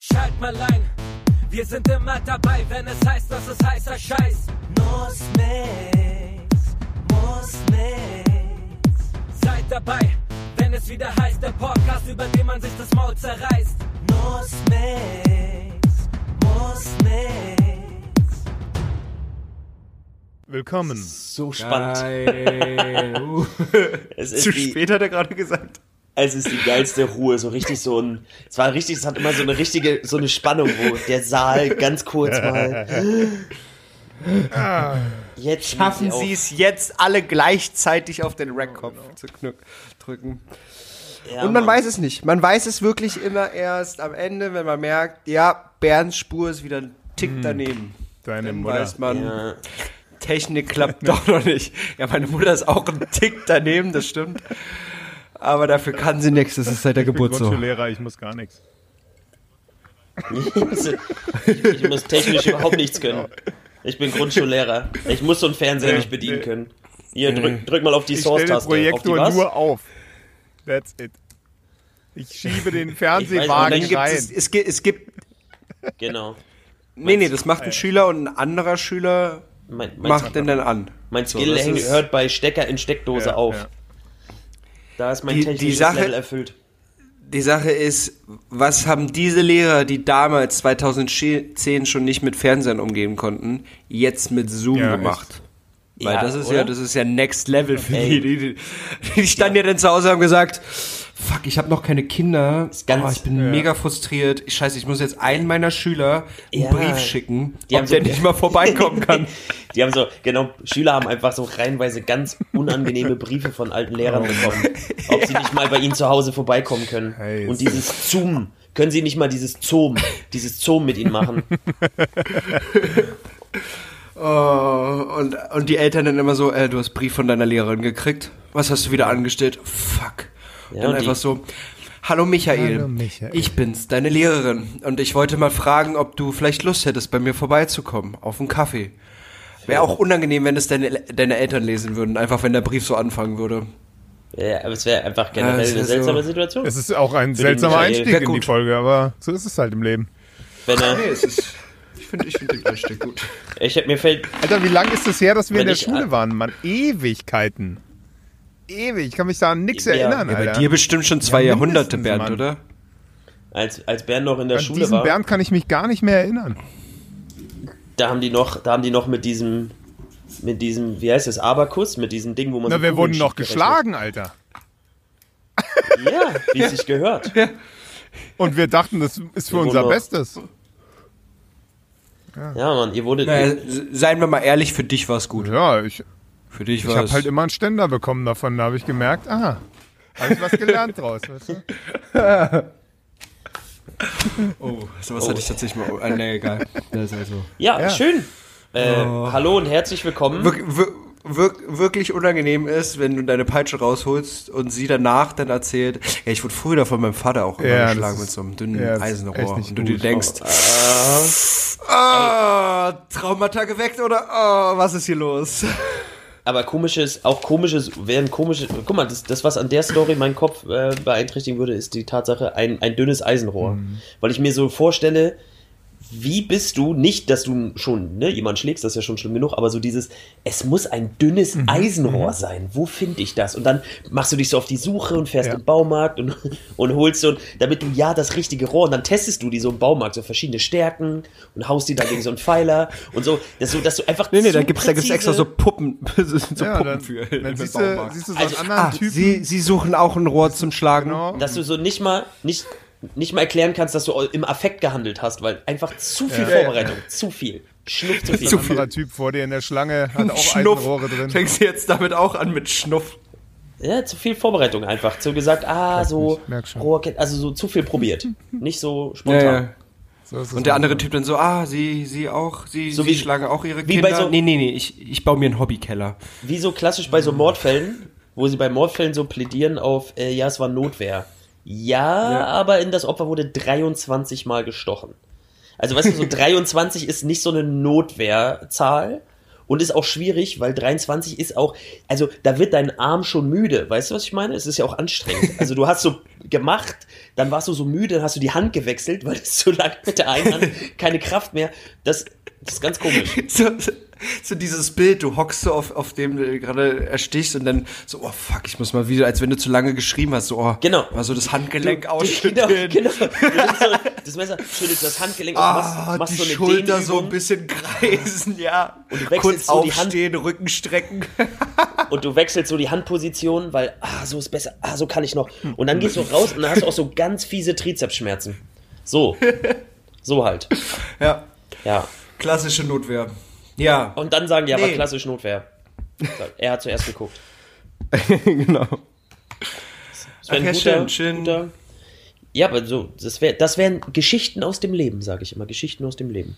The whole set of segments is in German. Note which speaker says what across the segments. Speaker 1: Schalt mal ein, wir sind immer dabei, wenn es heißt, dass es heißer Scheiß.
Speaker 2: Muss nix, muss nix,
Speaker 1: Seid dabei, wenn es wieder heißt, der Podcast, über den man sich das Maul zerreißt.
Speaker 2: muss nix, muss nix.
Speaker 3: Willkommen.
Speaker 4: So spannend.
Speaker 5: Geil. Uh.
Speaker 4: Es ist,
Speaker 3: Zu
Speaker 4: die,
Speaker 3: spät hat er gerade gesagt.
Speaker 4: es ist die geilste Ruhe, so richtig so ein. Es war richtig, es hat immer so eine richtige, so eine Spannung, wo der Saal ganz kurz mal. Jetzt
Speaker 5: Schaffen
Speaker 4: auf.
Speaker 5: Sie es jetzt alle gleichzeitig auf den Rackkopf
Speaker 3: Genau.
Speaker 5: zu knuck- drücken.
Speaker 4: Ja,
Speaker 5: Und man
Speaker 4: Mann.
Speaker 5: weiß es nicht. Man weiß es wirklich immer erst am Ende, wenn man merkt, ja, Bernds Spur ist wieder ein Tick daneben.
Speaker 3: Hm. Deine
Speaker 5: Dann
Speaker 3: Mutter.
Speaker 5: weiß man,
Speaker 4: Ja.
Speaker 5: Technik klappt doch noch nicht. Ja, meine Mutter ist auch ein Tick daneben, das stimmt. Aber dafür kann sie nichts, das ist seit der
Speaker 3: Ich bin
Speaker 5: Geburt so.
Speaker 3: Grundschullehrer, ich muss gar nichts.
Speaker 4: Ich muss technisch überhaupt nichts können. Ich bin Grundschullehrer. Ich muss so einen Fernseher nicht bedienen
Speaker 3: nee.
Speaker 4: können. Hier, drück, drück mal auf die
Speaker 3: Ich stelle den
Speaker 4: Source-Taste. Auf die
Speaker 3: Projektor
Speaker 4: was?
Speaker 3: nur auf. That's it. Ich schiebe den Fernsehwagen
Speaker 5: Dann
Speaker 4: nicht,
Speaker 5: gibt
Speaker 3: rein.
Speaker 5: es, es gibt, es gibt,
Speaker 4: Genau.
Speaker 5: nee, nee, das macht ein Schüler und ein anderer Schüler
Speaker 4: Mein, mein,
Speaker 5: macht den dann an.
Speaker 4: mein
Speaker 5: So,
Speaker 4: Skill
Speaker 5: das
Speaker 4: hängt-
Speaker 5: ist-
Speaker 4: hört bei Stecker in Steckdose
Speaker 3: Ja,
Speaker 4: auf.
Speaker 3: ja.
Speaker 4: Da ist mein
Speaker 5: Die- die
Speaker 4: technisches
Speaker 5: Sache-
Speaker 4: Level erfüllt.
Speaker 5: Die Sache ist, was haben diese Lehrer, die damals 2010 schon nicht mit Fernsehen umgehen konnten, jetzt mit Zoom
Speaker 3: Ja,
Speaker 5: gemacht? Weil
Speaker 4: Ja,
Speaker 5: das ist
Speaker 4: oder?
Speaker 5: ja, das ist ja Next Level für
Speaker 4: Ey.
Speaker 5: die. Die, die, die standen ja. dann zu Hause und haben gesagt, fuck, ich habe noch keine Kinder.
Speaker 4: ganz-
Speaker 5: oh, ich bin mega frustriert. Ich scheiße, ich muss jetzt einen meiner Schüler einen
Speaker 4: Ja.
Speaker 5: Brief schicken,
Speaker 4: Die
Speaker 5: ob
Speaker 4: haben so-
Speaker 5: der nicht mal vorbeikommen kann.
Speaker 4: Die haben so, genau, Schüler haben einfach so reihenweise ganz unangenehme Briefe von alten Lehrern
Speaker 5: Oh.
Speaker 4: bekommen, ob sie nicht mal bei ihnen zu Hause vorbeikommen können.
Speaker 3: Scheiße.
Speaker 4: Und dieses Zoom, können sie nicht mal dieses Zoom, dieses Zoom mit ihnen machen?
Speaker 5: Oh, und, und die Eltern dann immer so, äh, du hast Brief von deiner Lehrerin gekriegt. Was hast du wieder angestellt? Fuck.
Speaker 4: Ja, und
Speaker 5: dann
Speaker 4: die-
Speaker 5: einfach so, hallo Michael,
Speaker 3: Hallo Michael.
Speaker 5: ich bin's, deine Lehrerin. Und ich wollte mal fragen, ob du vielleicht Lust hättest, bei mir vorbeizukommen, auf einen Kaffee. Wäre auch unangenehm, wenn es deine, deine Eltern lesen würden, einfach wenn der Brief so anfangen würde.
Speaker 4: Ja, aber es wäre einfach generell
Speaker 5: Ja, das
Speaker 4: eine
Speaker 5: ist so.
Speaker 4: seltsame Situation.
Speaker 3: Es ist auch ein seltsamer
Speaker 4: Michael.
Speaker 3: Einstieg
Speaker 5: Ja,
Speaker 3: in die
Speaker 5: gut.
Speaker 3: Folge, aber so ist es halt im Leben.
Speaker 4: Wenn er,
Speaker 5: ich finde ich find den Einstieg gut.
Speaker 4: ich hab, mir fällt,
Speaker 3: Alter, wie lange ist es her, dass wir in
Speaker 4: Wenn
Speaker 3: der
Speaker 4: ich-
Speaker 3: Schule waren, Mann? Ewigkeiten. Ewig. Ich kann mich da an nichts
Speaker 4: Ja.
Speaker 3: erinnern,
Speaker 5: Ja, bei
Speaker 3: Alter.
Speaker 5: dir bestimmt schon zwei
Speaker 3: Ja,
Speaker 5: Jahrhunderte,
Speaker 3: mindestens,
Speaker 5: Bernd,
Speaker 3: Mann.
Speaker 5: oder?
Speaker 4: als, als Bernd noch in der
Speaker 3: an
Speaker 4: Schule
Speaker 3: diesen
Speaker 4: war,
Speaker 3: Bernd kann ich mich gar nicht mehr erinnern.
Speaker 4: da haben die noch, da haben die noch mit diesem, mit diesem, wie heißt das, Abakus, mit diesem Ding, wo man
Speaker 3: Na,
Speaker 4: so
Speaker 3: wir
Speaker 4: Kugeln
Speaker 3: wurden noch
Speaker 4: schiebt,
Speaker 3: geschlagen, Alter.
Speaker 4: gerechnet. Ja, wie es sich gehört.
Speaker 3: Und wir dachten, das ist für
Speaker 4: Wir
Speaker 3: unser
Speaker 4: wurden noch-
Speaker 3: Bestes.
Speaker 4: Ja, Mann, ihr wurdet,
Speaker 5: Naja, se- seien wir mal ehrlich, für dich war es gut.
Speaker 3: Ja, ich,
Speaker 5: Für dich
Speaker 3: Ich
Speaker 5: war
Speaker 3: habe
Speaker 5: es...
Speaker 3: halt immer einen Ständer bekommen davon, da habe ich gemerkt, ah, habe ich was gelernt draus. Weißt du?
Speaker 5: Oh, sowas hatte ich tatsächlich mal... Ah, nee, egal. Das ist also...
Speaker 4: ja,
Speaker 3: Ja.
Speaker 4: schön. Äh, Hallo und herzlich willkommen.
Speaker 5: Wir, wir, wirk- wirklich unangenehm ist, wenn du deine Peitsche rausholst und sie danach dann erzählt, ja, ich wurde früher von meinem Vater auch immer
Speaker 3: Ja,
Speaker 5: geschlagen
Speaker 3: das
Speaker 5: mit
Speaker 3: ist-
Speaker 5: so einem dünnen
Speaker 3: ja, das ist echt
Speaker 5: Eisenrohr.
Speaker 3: nicht
Speaker 5: Und du dir
Speaker 3: gut. Oh.
Speaker 5: denkst, ah, Traumata geweckt oder ah, was ist hier los?
Speaker 4: Aber komisches, auch komisches, wären komische. Guck mal, das, das was an der Story meinen Kopf äh, beeinträchtigen würde, ist die Tatsache, ein, ein dünnes Eisenrohr.
Speaker 5: Mhm.
Speaker 4: Weil ich mir so vorstelle, wie bist du, nicht, dass du schon ne, jemand schlägst, das ist ja schon schlimm genug, aber so dieses, es muss ein dünnes
Speaker 5: Mhm.
Speaker 4: Eisenrohr sein. Wo finde ich das? Und dann machst du dich so auf die Suche und fährst
Speaker 3: Ja.
Speaker 4: im Baumarkt und, und holst so, damit du ja das richtige Rohr und dann testest du die so im Baumarkt, so verschiedene Stärken und haust die dann gegen so einen Pfeiler und so, dass du, dass du einfach.
Speaker 5: Nee, nee, da
Speaker 4: zu
Speaker 5: gibt's, da gibt's
Speaker 4: präzise-
Speaker 5: extra so Puppen, so
Speaker 3: Ja,
Speaker 5: Puppen
Speaker 3: dann,
Speaker 5: für.
Speaker 3: dann
Speaker 5: im
Speaker 3: siehst, du,
Speaker 5: Baumarkt.
Speaker 3: siehst du so einen
Speaker 4: Also,
Speaker 3: anderen
Speaker 5: ah,
Speaker 3: Typen.
Speaker 5: sie, sie suchen auch ein Rohr zum Schlagen.
Speaker 3: genau.
Speaker 4: dass du so nicht mal nicht nicht mal erklären kannst, dass du im Affekt gehandelt hast, weil einfach zu viel
Speaker 3: Ja.
Speaker 4: Vorbereitung, zu viel, schnuff zu viel.
Speaker 3: Ein anderer Typ vor dir in der Schlange hat auch Eisenrohre drin.
Speaker 5: Fängst du jetzt damit auch an mit Schnuff?
Speaker 4: Ja, zu viel Vorbereitung einfach. So gesagt, ah, so
Speaker 3: nicht, merk schon.
Speaker 4: Rohrkette, also so zu viel probiert, nicht so
Speaker 5: Ja,
Speaker 4: spontan.
Speaker 5: ja.
Speaker 3: So ist es
Speaker 5: Und der andere
Speaker 3: manchmal.
Speaker 5: Typ dann so, ah, sie, sie auch, sie,
Speaker 4: So
Speaker 5: sie
Speaker 4: wie-
Speaker 5: schlagen auch ihre
Speaker 4: wie
Speaker 5: Kinder.
Speaker 4: bei so-
Speaker 5: nee, nee, nee, ich, ich baue mir einen Hobbykeller.
Speaker 4: Wie so klassisch bei so Mordfällen, wo sie bei Mordfällen so plädieren auf, äh, ja, es war Notwehr. Ja,
Speaker 5: Ja.
Speaker 4: aber in das Opfer wurde 23 Mal gestochen. Also weißt du, so 23 ist nicht so eine Notwehrzahl und ist auch schwierig, weil 23 ist auch, also da wird dein Arm schon müde. Weißt du, was ich meine? Es ist ja auch anstrengend. Also du hast so gemacht, dann warst du so müde, dann hast du die Hand gewechselt, weil es so lange mit der einen Hand keine Kraft mehr. Das, das ist ganz komisch.
Speaker 5: So, so, so dieses Bild, du hockst so auf, auf dem du gerade erstichst und dann so, oh fuck, ich muss mal wieder, als wenn du zu lange geschrieben hast, so, oh,
Speaker 4: Genau.
Speaker 5: mal so das Handgelenk
Speaker 4: Genau,
Speaker 5: ausschütteln.
Speaker 4: genau. Du nimmst so das Messer schüttelst das Handgelenk
Speaker 5: Ah,
Speaker 4: und machst, machst
Speaker 5: die
Speaker 4: so eine
Speaker 5: Schulter so ein
Speaker 4: Dehnübung.
Speaker 5: bisschen kreisen, ja.
Speaker 4: du wechselst
Speaker 5: Kurz
Speaker 4: so die Hand-
Speaker 5: aufstehen, Rücken strecken.
Speaker 4: und du wechselst so die Handposition, weil, ah, so ist besser, ah, so kann ich noch.
Speaker 5: Hm.
Speaker 4: Und dann gehst du raus und dann hast du auch so ganz fiese Trizepsschmerzen. So. So halt.
Speaker 5: Ja,
Speaker 4: Ja.
Speaker 5: klassische Notwehr. Ja.
Speaker 4: Und dann sagen, ja, war
Speaker 5: Nee.
Speaker 4: klassisch Notwehr. Er hat zuerst geguckt.
Speaker 5: genau.
Speaker 4: Sven,
Speaker 5: Ach ja,
Speaker 4: guter,
Speaker 5: schön, schön.
Speaker 4: Guter. Ja, aber so, das, wär, das wären Geschichten aus dem Leben, sage ich immer. Geschichten aus dem Leben.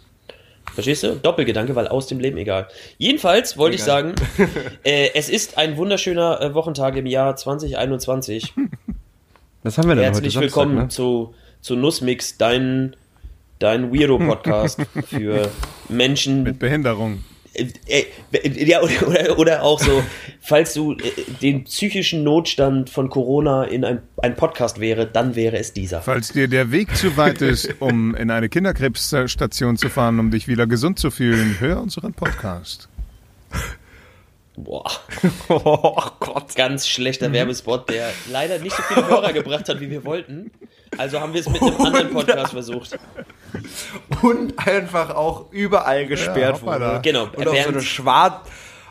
Speaker 4: Verstehst du? Doppelgedanke, weil aus dem Leben egal. Jedenfalls wollte ich sagen,
Speaker 5: Egal.
Speaker 4: äh, es ist ein wunderschöner äh, Wochentag im Jahr 2021.
Speaker 5: Was haben wir denn
Speaker 4: Herzlich
Speaker 5: heute?
Speaker 4: willkommen
Speaker 5: Samstag, ne?
Speaker 4: zu, zu Nussmix, dein, dein Weirdo-Podcast für
Speaker 3: Mit
Speaker 4: Menschen.
Speaker 3: Behinderung.
Speaker 4: Äh, äh, äh, ja, oder, oder, oder auch so, falls du äh, den psychischen Notstand von Corona in ein, ein Podcast wäre, dann wäre es dieser.
Speaker 3: Falls dir der Weg zu weit ist, um in eine Kinderkrebsstation zu fahren, um dich wieder gesund zu fühlen, hör unseren Podcast.
Speaker 4: Boah,
Speaker 5: ne? Oh Gott.
Speaker 4: ganz
Speaker 5: Mhm.
Speaker 4: schlechter Werbespot, der leider nicht so viele Hörer gebracht hat, wie wir wollten. Also haben wir es mit einem anderen Podcast versucht.
Speaker 5: Und einfach auch überall gesperrt
Speaker 3: hoppala.
Speaker 5: wurde.
Speaker 4: Genau.
Speaker 5: Und auf so, eine
Speaker 4: Während-
Speaker 5: schwar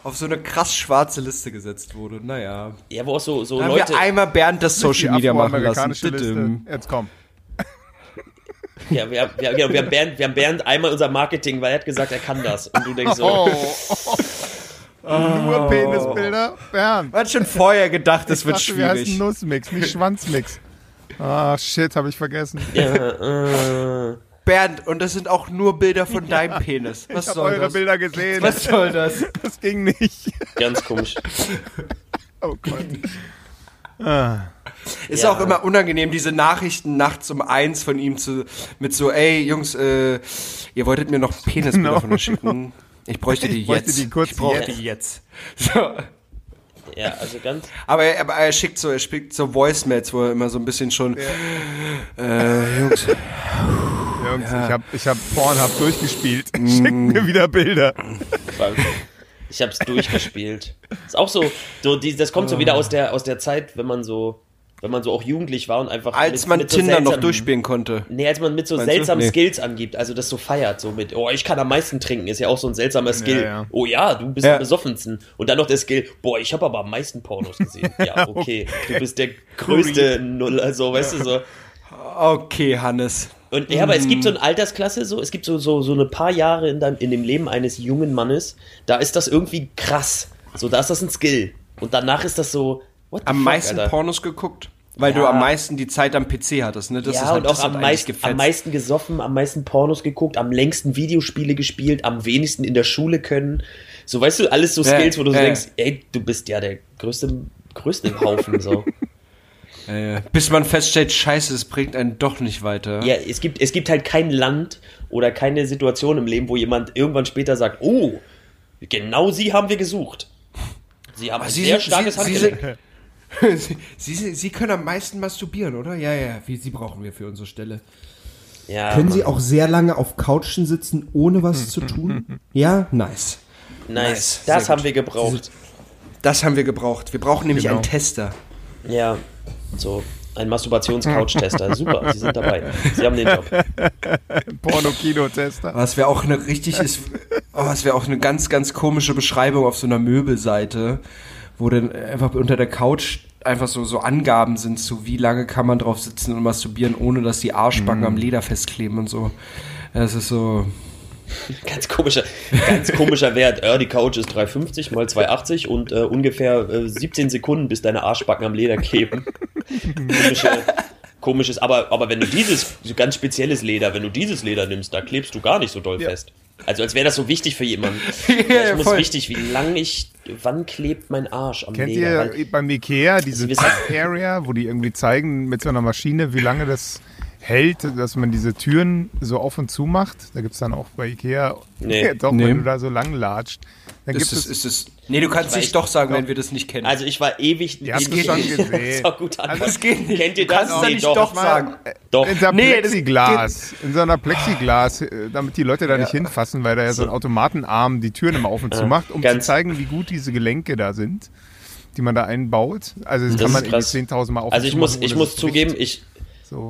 Speaker 5: auf so eine krass schwarze Liste gesetzt wurde. Naja.
Speaker 4: Ja, wo auch so, so
Speaker 5: Dann haben
Speaker 4: Leute.
Speaker 5: wir einmal Bernd das Social Media machen lassen.
Speaker 3: afroamerikanische Liste.
Speaker 5: Didim.
Speaker 3: Jetzt komm.
Speaker 4: Ja, wir, haben- wir, genau, wir, haben Bernd, wir haben Bernd einmal unser Marketing, weil er hat gesagt, er kann das. Und du denkst so,
Speaker 3: Oh.
Speaker 5: Oh.
Speaker 3: Nur Penisbilder? Bernd.
Speaker 5: Man hat schon vorher gedacht, das
Speaker 3: Ich
Speaker 5: wird
Speaker 3: dachte, Wir heißen
Speaker 5: schwierig.
Speaker 3: Nussmix, nicht Schwanzmix. Ah, shit, habe ich vergessen.
Speaker 4: ja, äh,
Speaker 5: Bernd, und das sind auch nur Bilder von deinem Penis. Was
Speaker 3: Ich habe
Speaker 5: soll
Speaker 3: eure
Speaker 5: das?
Speaker 3: Bilder gesehen.
Speaker 5: Was soll das?
Speaker 3: Das ging nicht.
Speaker 4: ganz komisch.
Speaker 3: Oh Gott.
Speaker 5: Ist
Speaker 4: Ja.
Speaker 5: auch immer unangenehm, diese Nachrichten nachts um eins von ihm zu, mit so, ey, Jungs, äh, ihr wolltet mir noch Penisbilder
Speaker 3: No,
Speaker 5: von uns schicken. Ich bräuchte die
Speaker 3: Ich bräuchte
Speaker 5: jetzt.
Speaker 3: die kurz
Speaker 5: ich brauche
Speaker 3: jetzt.
Speaker 5: die jetzt. So.
Speaker 4: Ja, also ganz.
Speaker 5: Aber, er, aber er schickt so, er schickt so Voicemails, wo er immer so ein bisschen schon, äh, Jungs,
Speaker 3: Jungs, ich habe ich hab Pornhub durchgespielt.
Speaker 5: Mm.
Speaker 3: Schickt mir wieder Bilder.
Speaker 4: Ich hab's durchgespielt. Ist auch so, so die, das kommt so wieder aus der, aus der Zeit, wenn man so, wenn man so auch jugendlich war und einfach.
Speaker 5: als
Speaker 4: mit-
Speaker 5: man
Speaker 4: mit so
Speaker 5: Tinder noch
Speaker 4: seltsamen-
Speaker 5: durchspielen konnte.
Speaker 4: Nee, als man mit so
Speaker 5: Meinst du?
Speaker 4: seltsamen
Speaker 5: Nee.
Speaker 4: Skills angibt, also das so feiert, so mit, oh, ich kann am meisten trinken, ist ja auch so ein seltsamer Skill.
Speaker 3: ja.
Speaker 4: Oh ja, du bist
Speaker 5: Ja.
Speaker 4: am besoffensten. Und dann noch der Skill, boah, ich habe aber am meisten Pornos gesehen. Ja, okay, du bist der größte Nuller, so, weißt du, so.
Speaker 5: Okay, Hannes.
Speaker 4: Und ja, aber es gibt so
Speaker 5: Mhm.
Speaker 4: eine Altersklasse, so, es gibt so, so, so eine paar Jahre in, deinem, in dem Leben eines jungen Mannes, da ist das irgendwie krass. So, da ist das ein Skill. Und danach ist das so, what the
Speaker 5: Am
Speaker 4: fuck,
Speaker 5: meisten
Speaker 4: Alter?
Speaker 5: Pornos geguckt, weil du
Speaker 4: Ja.
Speaker 5: am meisten die Zeit am PC hattest, ne? Das
Speaker 4: ja,
Speaker 5: ist halt,
Speaker 4: und auch
Speaker 5: das hat
Speaker 4: am
Speaker 5: eigentlich
Speaker 4: meisten,
Speaker 5: gefetzt.
Speaker 4: am meisten gesoffen, am meisten Pornos geguckt, am längsten Videospiele gespielt, am wenigsten in der Schule können. So, weißt du, alles so
Speaker 5: Ja,
Speaker 4: Skills, wo du so
Speaker 5: ja, ja.
Speaker 4: denkst, ey, du bist ja der größte, größte im Haufen, so.
Speaker 5: Äh, bis man feststellt, scheiße, es bringt einen doch nicht weiter.
Speaker 4: Ja, es gibt, es gibt halt kein Land oder keine Situation im Leben, wo jemand irgendwann später sagt, oh, genau sie haben wir gesucht. Sie haben ein
Speaker 5: Ah, Sie
Speaker 4: sehr
Speaker 5: sind-
Speaker 4: starkes
Speaker 5: Sie- Sie
Speaker 4: Handgelenk.
Speaker 5: Sie, Sie, Sie können am meisten masturbieren, oder? Ja, ja, wie, Sie brauchen wir für unsere Stelle.
Speaker 4: ja,
Speaker 6: Können
Speaker 4: Mann,
Speaker 6: Sie auch sehr lange auf Couchen sitzen, ohne was zu tun? Ja, nice.
Speaker 4: nice.
Speaker 5: nice,
Speaker 4: Das
Speaker 5: sehr
Speaker 4: haben wir gebraucht.
Speaker 5: Das haben wir gebraucht. Wir brauchen nämlich
Speaker 3: Genau.
Speaker 5: einen Tester.
Speaker 4: Ja, so ein Masturbations-Couch-Tester. Super, Sie sind dabei. Sie haben den Job.
Speaker 3: Porno-Kino-Tester.
Speaker 5: Was wäre auch eine richtig ist, oh, das wäre auch eine ganz, ganz komische Beschreibung auf so einer Möbelseite, wo dann einfach unter der Couch einfach so, so Angaben sind, zu wie lange kann man drauf sitzen und masturbieren, ohne dass die Arschbacken
Speaker 4: Mhm.
Speaker 5: am Leder festkleben und so. Es ist so.
Speaker 4: Ganz komischer, ganz komischer Wert. Ja, die Couch ist 3,50 mal 2,80 und äh, ungefähr äh, 17 Sekunden, bis deine Arschbacken am Leder kleben. Komische, komisches, aber, aber wenn du dieses, so ganz spezielles Leder, wenn du dieses Leder nimmst, da klebst du gar nicht so doll fest. Also als wäre das so wichtig für jemanden. Ja,
Speaker 5: ja,
Speaker 4: ich muss
Speaker 5: voll.
Speaker 4: wichtig, wie lang ich, wann klebt mein Arsch am
Speaker 3: Kennt
Speaker 4: Leder?
Speaker 3: ihr beim Ikea diese
Speaker 5: Also
Speaker 4: Sie wissen-
Speaker 3: Area, wo die irgendwie zeigen mit so einer Maschine, wie lange das hält, dass man diese Türen so auf und zu macht. Da gibt es dann auch bei Ikea,
Speaker 4: Nee.
Speaker 3: ja, doch,
Speaker 5: Nee.
Speaker 3: wenn du da so lang latscht. Dann gibt
Speaker 5: Ist es,
Speaker 3: es,
Speaker 5: ist es. Nee, du kannst
Speaker 4: weiß-
Speaker 5: nicht doch sagen, wenn wir das nicht kennen.
Speaker 4: Also ich war ewig
Speaker 3: Ja, hab's schon gesehen.
Speaker 4: Das gut an.
Speaker 3: Also
Speaker 5: das geht nicht.
Speaker 4: Kennt ihr
Speaker 5: Du
Speaker 4: das?
Speaker 5: kannst da
Speaker 4: Nee,
Speaker 5: nicht
Speaker 4: doch.
Speaker 5: doch sagen.
Speaker 4: Doch.
Speaker 3: in so einer
Speaker 5: Nee, das
Speaker 3: Plexiglas, in so einer Plexiglas, äh, damit die Leute da nicht hinfassen, weil da ja so ein Automatenarm die Türen immer auf und zu macht, um zu
Speaker 4: ganz-
Speaker 3: zeigen, wie gut diese Gelenke da sind, die man da einbaut. Also das,
Speaker 4: Das
Speaker 3: kann man
Speaker 4: ist
Speaker 3: irgendwie
Speaker 4: krass.
Speaker 3: 10.000 Mal auf
Speaker 4: Also
Speaker 3: und
Speaker 4: ich
Speaker 3: zu
Speaker 4: muss,
Speaker 3: machen,
Speaker 4: ich
Speaker 3: ohne
Speaker 4: muss
Speaker 3: dass es bricht.
Speaker 4: zugeben, ich,
Speaker 3: So.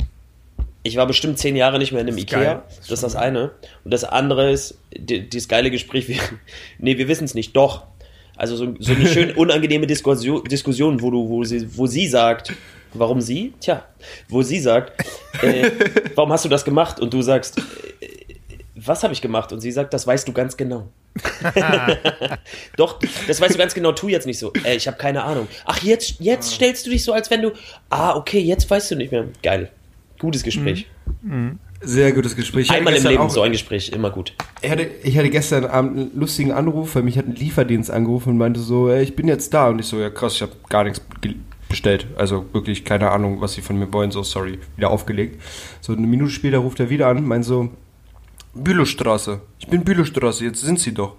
Speaker 4: ich war bestimmt zehn Jahre nicht mehr in einem
Speaker 3: ist
Speaker 4: Ikea.
Speaker 3: geil. Das ist
Speaker 4: Das ist
Speaker 3: schon
Speaker 4: das eine. Und das andere ist, die, dieses geile Gespräch, wir, nee, wir wissen es nicht, doch. Also so, so eine schön unangenehme Diskussion, Diskussion wo, du, wo, sie, wo sie sagt, warum sie? Tja, wo sie sagt, äh, warum hast du das gemacht? Und du sagst, äh, was habe ich gemacht? Und sie sagt, das weißt du ganz genau. Doch, das weißt du ganz genau, tu jetzt nicht so. Äh, ich habe keine Ahnung. Ach, jetzt,
Speaker 3: Ah.
Speaker 4: jetzt stellst du dich so, als wenn du. Ah, okay, jetzt weißt du nicht mehr. Geil. Gutes Gespräch.
Speaker 5: Sehr gutes Gespräch. Ich hatte
Speaker 4: Einmal im
Speaker 5: gestern
Speaker 4: Leben
Speaker 5: auch-
Speaker 4: so ein Gespräch, immer gut.
Speaker 5: Ich hatte,
Speaker 6: Ich hatte gestern Abend einen lustigen Anruf, weil mich hat ein Lieferdienst angerufen und meinte so, ey, ich bin jetzt da. Und ich so, ja krass, ich habe gar nichts ge- bestellt. Also wirklich keine Ahnung, was sie von mir wollen. So, sorry, wieder aufgelegt. So eine Minute später ruft er wieder an, meint so, Bülowstraße. Ich bin Bülowstraße, jetzt sind sie doch.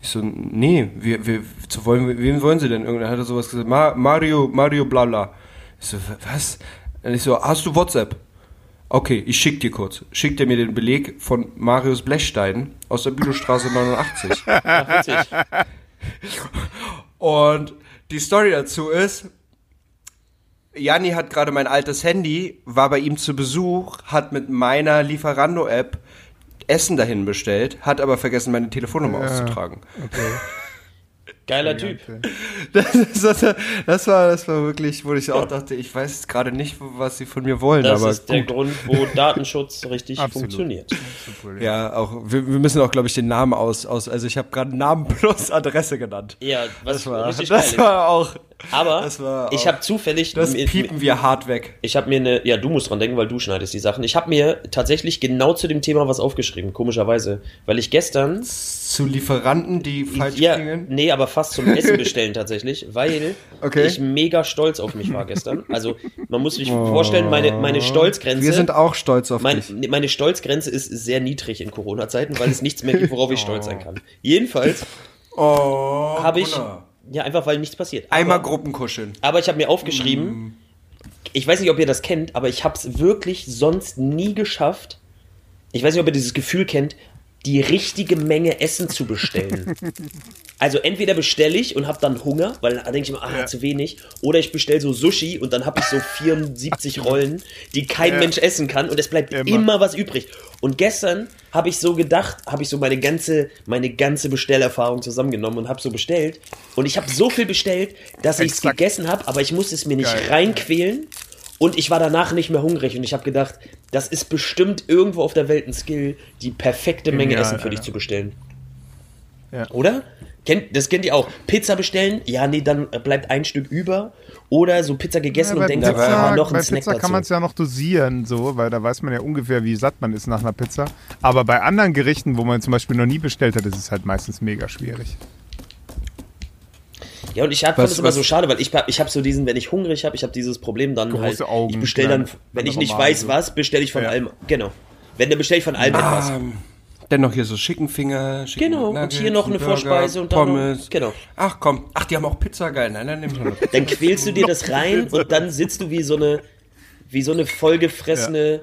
Speaker 6: Ich so, nee, wir, wir, zu wollen, wen wollen sie denn? Irgendwann hat er sowas gesagt, Ma, Mario, Mario, bla bla. Ich so, wa- was? Und ich so, hast du WhatsApp? Okay, ich schick dir kurz. Schickt er mir den Beleg von Marius Blechstein aus der Bülowstraße 89.
Speaker 4: Witzig.
Speaker 5: Und die Story dazu ist, Janni hat gerade mein altes Handy, war bei ihm zu Besuch, hat mit meiner Lieferando-App Essen dahin bestellt, hat aber vergessen, meine Telefonnummer auszutragen.
Speaker 4: Geiler Typ.
Speaker 5: Das, das, das, war, das war wirklich, wo ich auch dachte, ich weiß jetzt gerade nicht, was sie von mir wollen,
Speaker 4: Das
Speaker 5: aber
Speaker 4: ist der
Speaker 5: gut.
Speaker 4: Grund, wo Datenschutz richtig
Speaker 3: Absolut.
Speaker 4: funktioniert.
Speaker 5: Ja, auch, wir, wir müssen auch, glaube ich, den Namen aus, aus also ich habe gerade Namen plus Adresse genannt.
Speaker 4: Ja, was
Speaker 5: Das war,
Speaker 4: richtig
Speaker 5: das
Speaker 4: geil ist.
Speaker 5: war auch,
Speaker 4: Aber
Speaker 5: das war
Speaker 4: ich
Speaker 5: auch-
Speaker 4: habe zufällig.
Speaker 5: das
Speaker 4: mir-
Speaker 5: piepen wir hart weg.
Speaker 4: Ich habe mir eine, ja, du musst dran denken, weil du schneidest die Sachen. Ich habe mir tatsächlich genau zu dem Thema was aufgeschrieben, komischerweise, weil ich gestern
Speaker 5: Zu Lieferanten, die falsch
Speaker 4: ja,
Speaker 5: klingeln.
Speaker 4: nee, aber fast zum Essen bestellen tatsächlich, weil
Speaker 5: Okay. Oh.
Speaker 4: ich mega stolz auf mich war gestern. Also, man muss sich vorstellen, meine, meine Stolzgrenze
Speaker 5: Wir sind auch stolz auf
Speaker 4: mein,
Speaker 5: dich.
Speaker 4: nee, meine Stolzgrenze ist sehr niedrig in Corona-Zeiten, weil es nichts mehr gibt, worauf ich stolz sein kann. Jedenfalls
Speaker 5: Oh,
Speaker 4: habe ich.
Speaker 5: Gunnar.
Speaker 4: Ja, einfach weil nichts passiert.
Speaker 5: Einmal
Speaker 4: aber,
Speaker 5: Gruppenkuscheln.
Speaker 4: aber ich habe mir aufgeschrieben, ich weiß nicht, ob ihr das kennt, aber ich habe es wirklich sonst nie geschafft. Ich weiß nicht, ob ihr dieses Gefühl kennt, die richtige Menge Essen zu bestellen. also entweder bestelle ich und habe dann Hunger, weil da denke ich mir, ah, zu wenig. Oder ich bestelle so Sushi und dann habe ich so 74 Rollen, die kein Mensch essen kann und es bleibt immer, was übrig. Und gestern habe ich so gedacht, habe ich so meine ganze, meine ganze Bestellerfahrung zusammengenommen und habe so bestellt. Und ich habe so viel bestellt, dass ich es
Speaker 3: Exakt.
Speaker 4: gegessen habe, aber ich musste es mir nicht
Speaker 3: Geil.
Speaker 4: reinquälen. Und ich war danach nicht mehr hungrig und ich habe gedacht, das ist bestimmt irgendwo auf der Welt ein Skill, die perfekte Menge
Speaker 3: Genial,
Speaker 4: Essen für dich
Speaker 3: Alter.
Speaker 4: zu bestellen.
Speaker 3: Ja.
Speaker 4: Oder? Kennt, das kennt ihr auch. Pizza bestellen, ja, nee, dann bleibt ein Stück über. Oder so Pizza
Speaker 3: Ja,
Speaker 4: gegessen
Speaker 3: bei
Speaker 4: und denkt,
Speaker 3: Pizza,
Speaker 4: jetzt machen wir noch
Speaker 3: bei
Speaker 4: einen Snack
Speaker 3: Pizza kann man es
Speaker 4: dazu.
Speaker 3: ja noch dosieren, so, weil da weiß man ja ungefähr, wie satt man ist nach einer Pizza. Aber bei anderen Gerichten, wo man zum Beispiel noch nie bestellt hat, ist es halt meistens mega schwierig.
Speaker 4: Ja, und ich hab, fand
Speaker 5: Was-
Speaker 4: es immer
Speaker 5: was-
Speaker 4: so schade, weil ich, hab- ich habe so diesen, wenn ich hungrig habe, ich habe dieses Problem dann
Speaker 3: Große
Speaker 4: halt. ich
Speaker 3: Augen,
Speaker 4: bestelle dann,
Speaker 3: kleine-
Speaker 4: wenn ich
Speaker 3: andere
Speaker 4: nicht
Speaker 3: Magen,
Speaker 4: weiß
Speaker 3: so.
Speaker 4: was, bestelle ich von
Speaker 3: Ja. Ah.
Speaker 4: allem. Genau. Wenn, dann bestelle ich von allem etwas.
Speaker 5: Ähm, dennoch hier so Schickenfinger, Schicken
Speaker 4: Genau, und hier noch eine Vorspeise und dann noch-
Speaker 5: Pommes.
Speaker 4: genau.
Speaker 5: Ach komm, ach, die haben auch Pizza, geil. Nein, nein, nimm schon eine Pizza.
Speaker 4: Dann quälst du dir das rein und dann sitzt du wie so eine, wie so eine vollgefressene,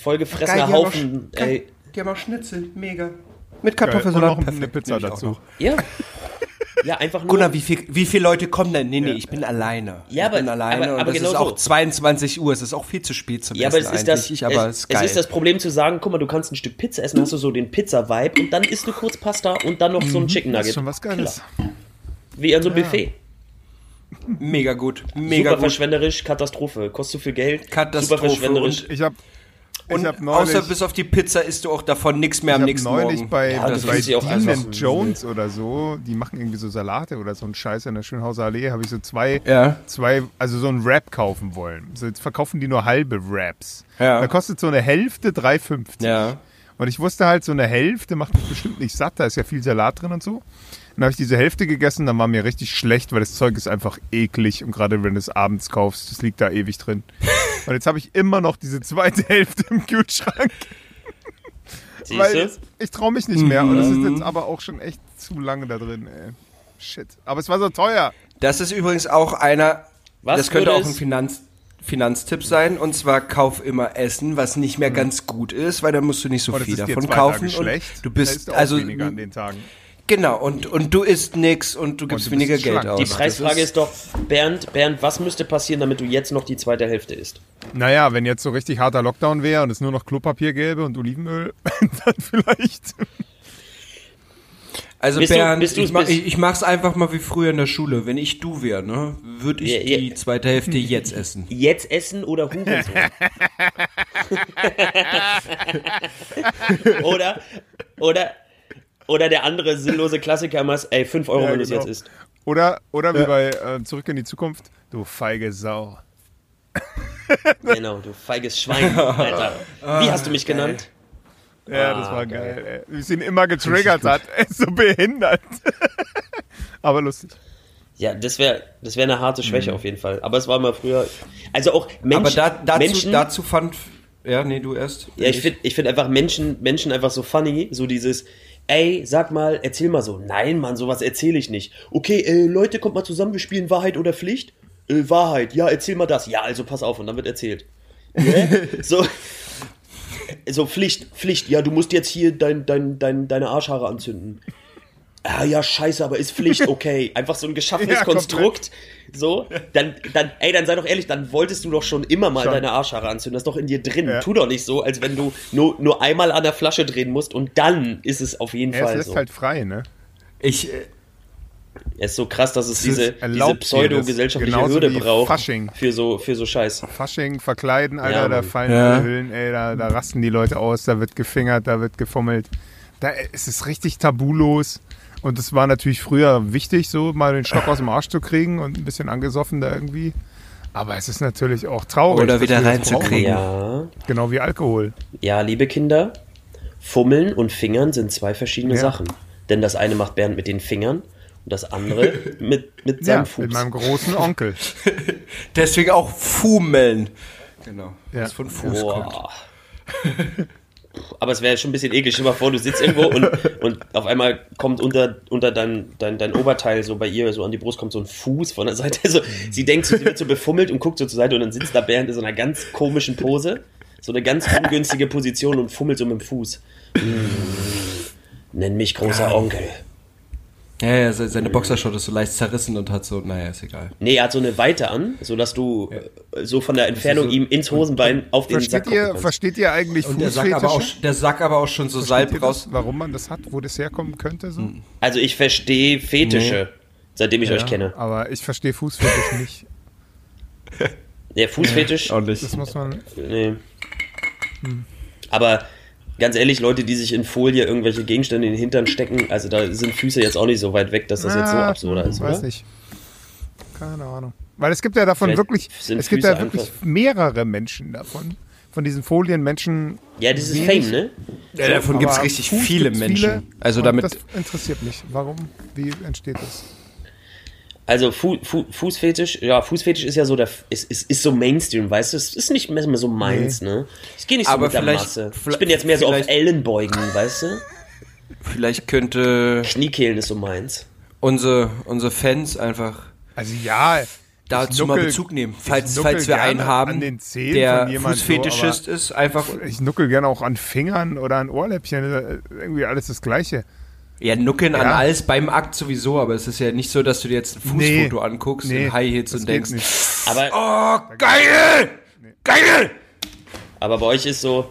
Speaker 4: vollgefressener
Speaker 5: Geil, die haben auch
Speaker 4: Haufen.
Speaker 5: Sch- geil,
Speaker 4: Ey,
Speaker 5: Die haben auch Schnitzel, mega. Mit
Speaker 3: Geil. Und
Speaker 5: Kartoffelsalat.
Speaker 3: noch eine
Speaker 5: perfekt,
Speaker 3: Pizza
Speaker 5: nehm ich auch
Speaker 3: dazu.
Speaker 5: noch.
Speaker 4: ja. Ja, einfach nur.
Speaker 5: Gunnar, wie viel, wie viele Leute kommen denn? Nee, nee, ich bin alleine.
Speaker 4: Ja,
Speaker 5: ich bin
Speaker 4: aber-
Speaker 5: alleine
Speaker 4: aber-
Speaker 5: und
Speaker 4: aber
Speaker 5: das
Speaker 4: genau
Speaker 5: ist auch
Speaker 4: so.
Speaker 5: 22 Uhr, es ist auch viel zu spät zum
Speaker 4: Ja, aber
Speaker 5: Essen
Speaker 4: es ist, das,
Speaker 5: eigentlich, aber es,
Speaker 4: es,
Speaker 5: ist geil.
Speaker 4: ist das Problem zu sagen, guck mal, du kannst ein Stück Pizza essen, hast du so den Pizza-Vibe und dann isst du kurz Pasta und dann noch so
Speaker 5: Mhm.
Speaker 4: ein Chicken
Speaker 3: Das
Speaker 4: Nugget.
Speaker 3: ist schon was Geiles.
Speaker 4: Wie an so einem Buffet.
Speaker 5: mega gut,
Speaker 4: Mega
Speaker 5: mega
Speaker 4: super
Speaker 5: gut.
Speaker 4: verschwenderisch, Katastrophe. Kostet zu viel Geld.
Speaker 5: Katastrophe
Speaker 4: Super verschwenderisch.
Speaker 3: Ich habe
Speaker 5: Und
Speaker 3: ich hab neulich,
Speaker 5: außer bis auf die Pizza isst du auch davon nichts mehr
Speaker 3: ich
Speaker 5: am
Speaker 3: hab
Speaker 5: nächsten
Speaker 3: neulich
Speaker 5: Morgen.
Speaker 3: bei,
Speaker 4: Ja, das
Speaker 3: bei
Speaker 4: fühlt sich auch
Speaker 3: Dean
Speaker 4: einfach-
Speaker 3: and Jones oder so, die machen irgendwie so Salate oder so einen Scheiß in der Schönhauser Allee, habe ich so zwei,
Speaker 5: Ja.
Speaker 3: zwei, also so einen Wrap kaufen wollen. So, jetzt verkaufen die nur halbe Wraps.
Speaker 5: Ja.
Speaker 3: Da kostet so eine Hälfte 3,50.
Speaker 5: Ja.
Speaker 3: Und ich wusste halt, so eine Hälfte macht mich bestimmt nicht satt, da ist ja viel Salat drin und so. Dann habe ich diese Hälfte gegessen, dann war mir richtig schlecht, weil das Zeug ist einfach eklig und gerade wenn du es abends kaufst, das liegt da ewig drin. Und jetzt habe ich immer noch diese zweite Hälfte im Kühlschrank.
Speaker 4: Siehst
Speaker 3: weil
Speaker 4: du?
Speaker 3: jetzt- ich traue mich nicht mehr. Und es ist
Speaker 5: Mhm.
Speaker 3: jetzt aber auch schon echt zu lange da drin, ey. Shit. Aber es war so teuer.
Speaker 5: Das ist übrigens auch einer,
Speaker 4: Was
Speaker 5: das könnte
Speaker 4: würde
Speaker 5: auch ein
Speaker 4: es-
Speaker 5: Finanz, Finanztipp sein. Und zwar kauf immer Essen, was nicht
Speaker 4: Mhm.
Speaker 5: mehr ganz gut ist, weil da musst du nicht so
Speaker 3: Und es
Speaker 5: viel
Speaker 3: Oh, ist dir
Speaker 5: davon
Speaker 3: zwei
Speaker 5: kaufen.
Speaker 3: Tage schlecht.
Speaker 5: Und du
Speaker 3: Da ist
Speaker 5: bist
Speaker 3: ja auch
Speaker 5: also
Speaker 3: weniger an den Tagen.
Speaker 5: genau und und du isst nix und du gibst
Speaker 3: du bist
Speaker 5: weniger
Speaker 3: schlank.
Speaker 5: Geld aus.
Speaker 4: Die
Speaker 3: Das
Speaker 4: Preisfrage
Speaker 5: ist-
Speaker 4: ist doch, Bernd, Bernd, was müsste passieren, damit du jetzt noch die zweite Hälfte isst?
Speaker 3: Naja, wenn jetzt so richtig harter Lockdown wäre und es nur noch Klopapier gäbe und Olivenöl, dann vielleicht.
Speaker 5: Also
Speaker 4: Bist du-
Speaker 5: Bernd,
Speaker 4: bist du-
Speaker 5: ich, mach,
Speaker 4: bist-
Speaker 5: ich, ich mach's einfach mal wie früher in der Schule. Wenn ich du wäre, ne, würde ich
Speaker 4: Ja, ja.
Speaker 5: die zweite Hälfte jetzt essen.
Speaker 4: Jetzt essen oder Hurensohn? oder, oder, oder der andere sinnlose Klassiker, Mas, ey, 5 Euro,
Speaker 3: Ja,
Speaker 4: wenn du es
Speaker 3: genau.
Speaker 4: jetzt isst.
Speaker 3: Oder, oder wie bei äh, Zurück in die Zukunft. Du feige Sau.
Speaker 4: Genau, du feiges Schwein, Alter. Wie hast du
Speaker 5: Ah,
Speaker 4: mich genannt?
Speaker 3: Ja, das war geil. ey. Wie es ihn immer getriggert hat. Er ist so behindert. aber lustig.
Speaker 4: Ja, das wäre das wär eine harte Schwäche auf jeden Fall. Aber es war mal früher. Also auch
Speaker 5: Mhm. Aber
Speaker 4: Menschen.
Speaker 5: da, dazu,
Speaker 4: Menschen
Speaker 5: dazu fand ja, nee, du erst.
Speaker 4: ja, ich finde ich find einfach Menschen, Menschen einfach so funny. So dieses, ey, sag mal, erzähl mal so. Nein, Mann, sowas erzähle ich nicht. Okay, äh, Leute, kommt mal zusammen, wir spielen Wahrheit oder Pflicht. Äh, Wahrheit, ja, erzähl mal das. Ja, also pass auf, und dann wird erzählt. Ne? so. So, Pflicht, Pflicht, ja, du musst jetzt hier dein, dein, dein, deine Arschhaare anzünden. Ah ja, scheiße, aber ist Pflicht, okay. Einfach so ein geschaffenes
Speaker 3: Ja, komplett.
Speaker 4: Konstrukt. So, dann, dann, ey, dann sei doch ehrlich, dann wolltest du doch schon immer mal deine Arschhaare anzünden. Das ist doch in dir drin.
Speaker 3: Ja.
Speaker 4: Tu doch nicht so, als wenn du nur, nur einmal an der Flasche drehen musst und dann ist es auf jeden
Speaker 3: Er
Speaker 4: Fall
Speaker 3: lässt
Speaker 4: so.
Speaker 3: halt frei, ne?
Speaker 5: Ich, äh,
Speaker 4: es ist so krass, dass es,
Speaker 3: ist
Speaker 4: diese, diese
Speaker 3: erlaubt hier,
Speaker 4: pseudo-gesellschaftliche
Speaker 3: das- genauso
Speaker 4: Hürde
Speaker 3: wie
Speaker 4: braucht.
Speaker 3: Fasching.
Speaker 4: Für so, für so Scheiß.
Speaker 3: Fasching, verkleiden, Alter,
Speaker 4: Ja,
Speaker 3: da
Speaker 4: Mann.
Speaker 3: fallen
Speaker 5: Ja.
Speaker 3: alle Hüllen, ey, da, da rasten die Leute aus, da wird gefingert, da wird gefummelt. Da ist es richtig tabulos. Und es war natürlich früher wichtig, so mal den Stock aus dem Arsch zu kriegen und ein bisschen angesoffen da irgendwie. Aber es ist natürlich auch traurig.
Speaker 5: Oder
Speaker 3: dass
Speaker 5: wieder
Speaker 3: wir das
Speaker 5: reinzukriegen.
Speaker 4: Ja.
Speaker 3: brauchen. Genau wie Alkohol.
Speaker 4: Ja, liebe Kinder, Fummeln und Fingern sind zwei verschiedene
Speaker 3: Ja.
Speaker 4: Sachen. Denn das eine macht Bernd mit den Fingern und das andere mit, mit seinem
Speaker 3: Ja,
Speaker 4: Fuß.
Speaker 3: mit meinem großen Onkel.
Speaker 5: deswegen auch Fumeln. Genau.
Speaker 3: Ja.
Speaker 5: Das von Fuß kommt.
Speaker 4: Boah. Puh, Aber es wäre schon ein bisschen eklig. Stell dir mal vor, du sitzt irgendwo und, und auf einmal kommt unter, unter dein, dein, dein Oberteil so bei ihr, so an die Brust kommt so ein Fuß von der Seite. So, sie denkt, so, sie wird so befummelt und guckt so zur Seite und dann sitzt da Bernd in so einer ganz komischen Pose, so eine ganz ungünstige Position und fummelt so mit dem Fuß. Mm. Nenn mich großer Onkel.
Speaker 5: Ja, ja, se- seine Boxershot ist so leicht zerrissen und hat so, naja, ist egal.
Speaker 4: Nee, er hat so eine Weite an, sodass du äh, so von der Entfernung
Speaker 5: so-
Speaker 4: ihm ins Hosenbein auf den Sack
Speaker 3: Versteht
Speaker 4: gucken
Speaker 3: ihr,
Speaker 4: kannst.
Speaker 3: versteht ihr eigentlich
Speaker 5: Und der Sack, aber auch,
Speaker 3: Fußfetische?
Speaker 5: der Sack aber auch schon so
Speaker 3: Versteht ihr
Speaker 5: Salb
Speaker 3: das,
Speaker 5: raus. Hm.
Speaker 3: warum man das hat, wo das herkommen könnte? So?
Speaker 4: Also ich verstehe Fetische, seitdem ich euch kenne.
Speaker 3: Aber ich verstehe Fußfetisch nicht.
Speaker 4: Der Fußfetisch,
Speaker 3: Das muss man.
Speaker 4: nee. Aber ganz ehrlich, Leute, die sich in Folie irgendwelche Gegenstände in den Hintern stecken, also da sind Füße jetzt auch nicht so weit weg, dass das jetzt so
Speaker 5: Ah,
Speaker 3: Ja,
Speaker 4: absurder ist,
Speaker 3: Ah, Weiß
Speaker 4: oder?
Speaker 3: nicht. Keine Ahnung. Weil es gibt ja davon
Speaker 4: Vielleicht
Speaker 3: wirklich,
Speaker 4: sind
Speaker 3: es gibt
Speaker 4: Füße
Speaker 3: ja wirklich
Speaker 4: einfach-
Speaker 3: mehrere Menschen davon. Von diesen Folienmenschen.
Speaker 4: Ja, das ist Fame, ne?
Speaker 5: Ja, davon gibt es
Speaker 3: Aber
Speaker 5: richtig
Speaker 3: Fuß
Speaker 5: viele
Speaker 3: gibt's
Speaker 5: Menschen.
Speaker 3: viele
Speaker 5: also
Speaker 3: und
Speaker 5: damit.
Speaker 3: Das interessiert mich. Warum? Wie entsteht das?
Speaker 4: Also Fu Fu Fußfetisch, ja, Fußfetisch ist ja so der, ist, ist, ist so Mainstream, weißt du? Es ist nicht mehr so meins, ne? Ich gehe nicht so
Speaker 5: Aber
Speaker 4: mit der
Speaker 5: vielleicht-
Speaker 4: Masse. Ich
Speaker 5: vielleicht-
Speaker 4: bin jetzt mehr so auf
Speaker 5: vielleicht-
Speaker 4: Ellenbeugen, weißt du?
Speaker 5: Vielleicht könnte
Speaker 4: Kniekehlen ist so meins.
Speaker 5: unsere, unsere Fans einfach
Speaker 3: Also ja. ich
Speaker 5: dazu
Speaker 3: nuckel-
Speaker 5: mal Bezug nehmen. Falls,
Speaker 3: nuckel
Speaker 5: falls wir
Speaker 3: gerne
Speaker 5: einen haben,
Speaker 3: an den Zehen
Speaker 5: der
Speaker 3: von jemand so,
Speaker 5: Fußfetischist ist, einfach.
Speaker 3: aber ich nuckel gerne auch an Fingern oder an Ohrläppchen. äh, Irgendwie alles das Gleiche.
Speaker 5: Ja, nuckeln an
Speaker 3: Ja.
Speaker 5: alles beim Akt sowieso, aber es ist ja nicht so, dass du dir jetzt ein
Speaker 3: Nee.
Speaker 5: Fußfoto anguckst
Speaker 3: Nee,
Speaker 5: in High Heels
Speaker 3: das
Speaker 5: und
Speaker 3: geht
Speaker 5: denkst,
Speaker 3: nicht.
Speaker 4: Aber
Speaker 5: oh, geil! Geil!
Speaker 4: Aber bei euch ist so.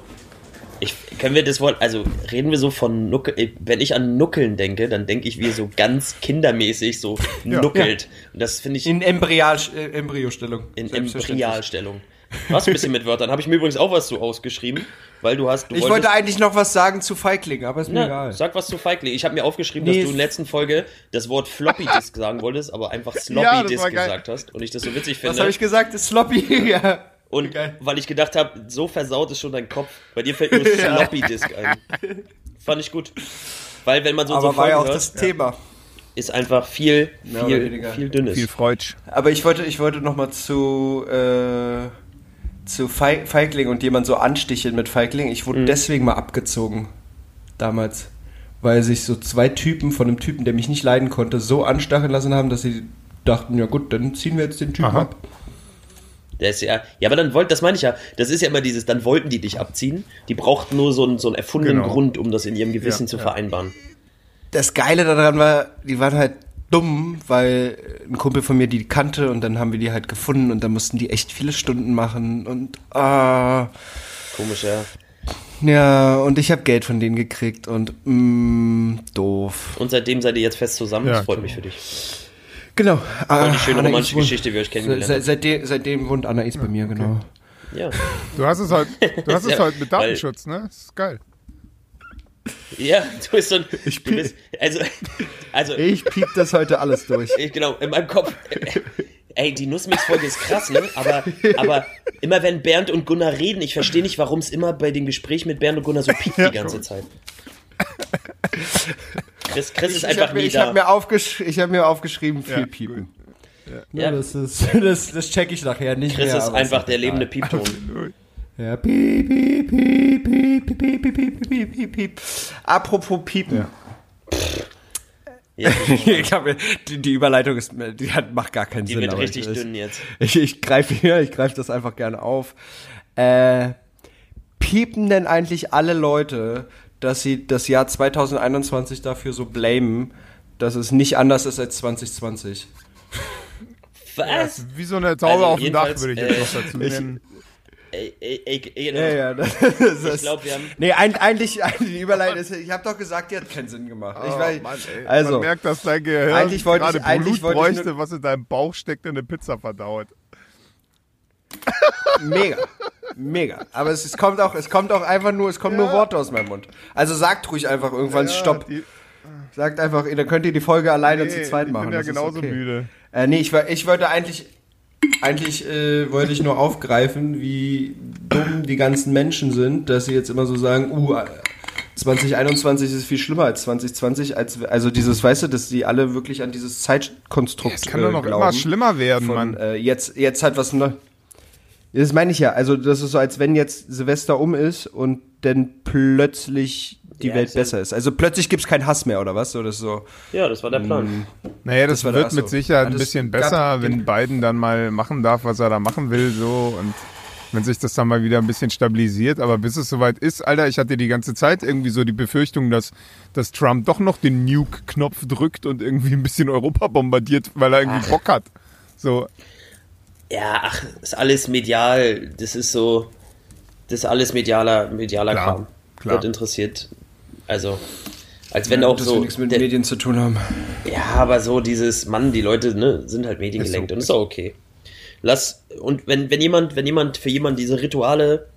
Speaker 4: Ich, können wir das Wort, also reden wir so von Nuckel, äh, wenn ich an Nuckeln denke, dann denke ich wie so ganz kindermäßig so
Speaker 3: Ja.
Speaker 4: nuckelt. Und das finde ich in,
Speaker 5: In Embryal, äh, Embryostellung. Selbstverständlich.
Speaker 4: Embryalstellung. Was ein bisschen mit Wörtern. Habe ich mir übrigens auch was zu ausgeschrieben, weil du hast, du
Speaker 5: Ich wollte eigentlich noch was sagen zu Feiglingen, aber ist mir
Speaker 4: na,
Speaker 5: egal.
Speaker 4: sag was zu Feigling. Ich habe mir aufgeschrieben,
Speaker 5: Nee,
Speaker 4: dass du in
Speaker 5: es-
Speaker 4: der letzten Folge das Wort Floppy Disk sagen wolltest, aber einfach
Speaker 3: Ja,
Speaker 4: Sloppy
Speaker 3: das
Speaker 4: Disk
Speaker 3: war geil.
Speaker 4: gesagt hast und ich das so witzig finde.
Speaker 5: Was habe ich gesagt? Ist sloppy. ja.
Speaker 4: und
Speaker 5: Geil.
Speaker 4: weil ich gedacht habe, so versaut ist schon dein Kopf. Bei dir fällt nur Sloppy Disk ein. Fand ich gut. Weil wenn man so
Speaker 5: aber
Speaker 4: so
Speaker 5: war ja auch
Speaker 4: Folgen hört,
Speaker 5: das Thema.
Speaker 4: ist einfach viel,
Speaker 5: Mehr oder
Speaker 4: viel,
Speaker 5: weniger.
Speaker 4: viel dünnes.
Speaker 3: Viel Freudsch.
Speaker 5: Aber ich wollte, ich wollte noch mal zu äh, zu Fei- Feigling und jemand so anstichelt mit Feigling. Ich wurde deswegen mal abgezogen damals, weil sich so zwei Typen von einem Typen, der mich nicht leiden konnte, so anstacheln lassen haben, dass sie dachten, ja gut, dann ziehen wir jetzt den Typen
Speaker 3: Aha.
Speaker 5: ab.
Speaker 4: Der ist ja, ja, aber dann wollten, das meine ich ja, das ist ja immer dieses, dann wollten die dich abziehen. Die brauchten nur so einen, so einen erfundenen
Speaker 3: Genau.
Speaker 4: Grund, um das in ihrem Gewissen
Speaker 3: Ja,
Speaker 4: zu
Speaker 3: ja.
Speaker 4: vereinbaren.
Speaker 5: Das Geile daran war, die waren halt dumm, weil ein Kumpel von mir die kannte und dann haben wir die halt gefunden und dann mussten die echt viele Stunden machen und ah,
Speaker 4: Komisch, ja.
Speaker 5: ja, und ich habe Geld von denen gekriegt und mm, doof.
Speaker 4: Und seitdem seid ihr jetzt fest zusammen,
Speaker 3: Ja,
Speaker 4: das freut
Speaker 3: genau.
Speaker 4: mich für dich.
Speaker 5: Genau.
Speaker 4: Voll
Speaker 5: Ah,
Speaker 4: die schöne
Speaker 5: Anna
Speaker 4: romantische
Speaker 5: Is wohnt-
Speaker 4: Geschichte, wie ihr euch
Speaker 5: Se,
Speaker 4: kennengelernt
Speaker 5: se,
Speaker 4: habt.
Speaker 5: seitdem, seitdem wohnt Anna Is bei mir, genau.
Speaker 4: Ja.
Speaker 3: Du hast es heute, du hast es
Speaker 4: Ja,
Speaker 3: heute mit
Speaker 4: weil-
Speaker 3: Datenschutz, ne? Das ist geil.
Speaker 4: ja, du bist so ein, ich
Speaker 5: bin-
Speaker 4: du bist, also, also,
Speaker 5: Ich piep das heute alles durch.
Speaker 4: Ich, genau, in meinem Kopf. Ey, die Nussmix-Folge ist krass, ne? Aber, aber immer wenn Bernd und Gunnar reden, ich verstehe nicht, warum es immer bei dem Gespräch mit Bernd und Gunnar so piekt die ganze Zeit. Chris, Chris ist
Speaker 5: Ich
Speaker 4: einfach
Speaker 5: habe mir,
Speaker 4: nie
Speaker 5: ich hab
Speaker 4: da.
Speaker 5: mir, aufgesch ich hab mir aufgeschrieben, viel
Speaker 3: Ja,
Speaker 5: piepen.
Speaker 4: Ja.
Speaker 5: Das, ist, das, das check ich nachher nicht
Speaker 4: Chris
Speaker 5: mehr.
Speaker 4: ist
Speaker 5: aber es
Speaker 4: einfach der
Speaker 5: egal.
Speaker 4: lebende Piepton.
Speaker 5: Ja, piep, piep, piep, piep, piep, piep, piep, piep, piep, piep, piep. Apropos Piepen.
Speaker 4: Ja,
Speaker 5: ich hab, mir- die, die Überleitung ist, mir- die hat, macht gar keinen
Speaker 4: die
Speaker 5: Sinn.
Speaker 4: wird
Speaker 5: aber
Speaker 4: richtig
Speaker 5: ich,
Speaker 4: dünn jetzt.
Speaker 5: Ich, ich greife hier, ich greife das einfach gerne auf. Äh, piepen denn eigentlich alle Leute, dass sie das Jahr 2021 dafür so blamen, dass es nicht anders ist als 2020?
Speaker 3: Das
Speaker 4: Was?
Speaker 3: ist wie so eine Taube
Speaker 4: Also
Speaker 3: auf dem Dach,
Speaker 4: jedenfalls,
Speaker 3: würde ich
Speaker 4: äh,
Speaker 3: jetzt noch dazu nennen.
Speaker 4: Ey, ey, ey, ey, genau.
Speaker 5: Ja, ja, das, das
Speaker 4: Ich glaube, wir haben.
Speaker 5: Nee, ein, eigentlich, eigentlich die Überleitung ist, ich habe doch gesagt, die hat keinen Sinn gemacht. Ich weiß,
Speaker 3: Oh, Mann, ey. Man
Speaker 5: also,
Speaker 3: merkt, dass dein Gehirn
Speaker 5: Eigentlich wollte ich-
Speaker 3: gerade
Speaker 5: eigentlich
Speaker 3: Blut
Speaker 5: wollte ich
Speaker 3: bräuchte, was in deinem Bauch steckt und eine Pizza verdaut.
Speaker 5: mega, mega. Aber es, es kommt auch, es kommt auch einfach nur, es kommen nur Worte aus meinem Mund. Also sagt ruhig einfach irgendwann Stopp.
Speaker 3: Die,
Speaker 5: Sagt einfach, dann könnt ihr die Folge alleine zu
Speaker 3: nee,
Speaker 5: zweit
Speaker 3: ich
Speaker 5: machen.
Speaker 3: bin ja
Speaker 5: das ist
Speaker 3: genauso
Speaker 5: okay.
Speaker 3: müde.
Speaker 5: Äh, nee, ich, wa- ich wollte eigentlich, eigentlich äh, wollte ich nur aufgreifen, wie dumm die ganzen Menschen sind, dass sie jetzt immer so sagen, uh, äh, 2021 ist viel schlimmer als 2020, als, also dieses, weißt du, dass die alle wirklich an dieses Zeitkonstrukt
Speaker 3: Es kann
Speaker 5: äh,
Speaker 3: doch noch
Speaker 5: glauben
Speaker 3: immer schlimmer werden,
Speaker 5: von,
Speaker 3: Mann.
Speaker 5: Äh, jetzt, jetzt hat was Neu Das meine ich ja. Also, das ist so, als wenn jetzt Silvester um ist und dann plötzlich die
Speaker 4: Ja,
Speaker 5: Welt
Speaker 4: das-
Speaker 5: besser ist. Also, plötzlich gibt es keinen Hass mehr, oder was? So, das ist so.
Speaker 4: Ja, das war
Speaker 5: Mhm.
Speaker 4: der Plan.
Speaker 3: Naja, das,
Speaker 5: war da-
Speaker 3: wird
Speaker 5: ach so.
Speaker 3: mit Sicherheit
Speaker 5: Ja,
Speaker 3: ein
Speaker 5: das
Speaker 3: bisschen
Speaker 5: gab-
Speaker 3: besser, wenn
Speaker 5: genau.
Speaker 3: Biden dann mal machen darf, was er da machen will, so und wenn sich das dann mal wieder ein bisschen stabilisiert. Aber bis es soweit ist, Alter, ich hatte die ganze Zeit irgendwie so die Befürchtung, dass, dass Trump doch noch den Nuke-Knopf drückt und irgendwie ein bisschen Europa bombardiert, weil er irgendwie Bock hat. So,
Speaker 4: Ja, ach, ist alles medial. Das ist so. Das ist alles medialer, medialer
Speaker 3: Klar,
Speaker 4: Kram.
Speaker 3: klar.
Speaker 4: Das interessiert. Also. Als wenn auch
Speaker 5: dass
Speaker 4: so.
Speaker 5: wir nichts mit
Speaker 4: der-
Speaker 5: Medien zu tun haben.
Speaker 4: Ja, aber so dieses, Mann, die Leute ne, sind halt mediengelenkt und ist auch okay. Lass, und wenn, wenn jemand, wenn jemand für jemanden diese Rituale,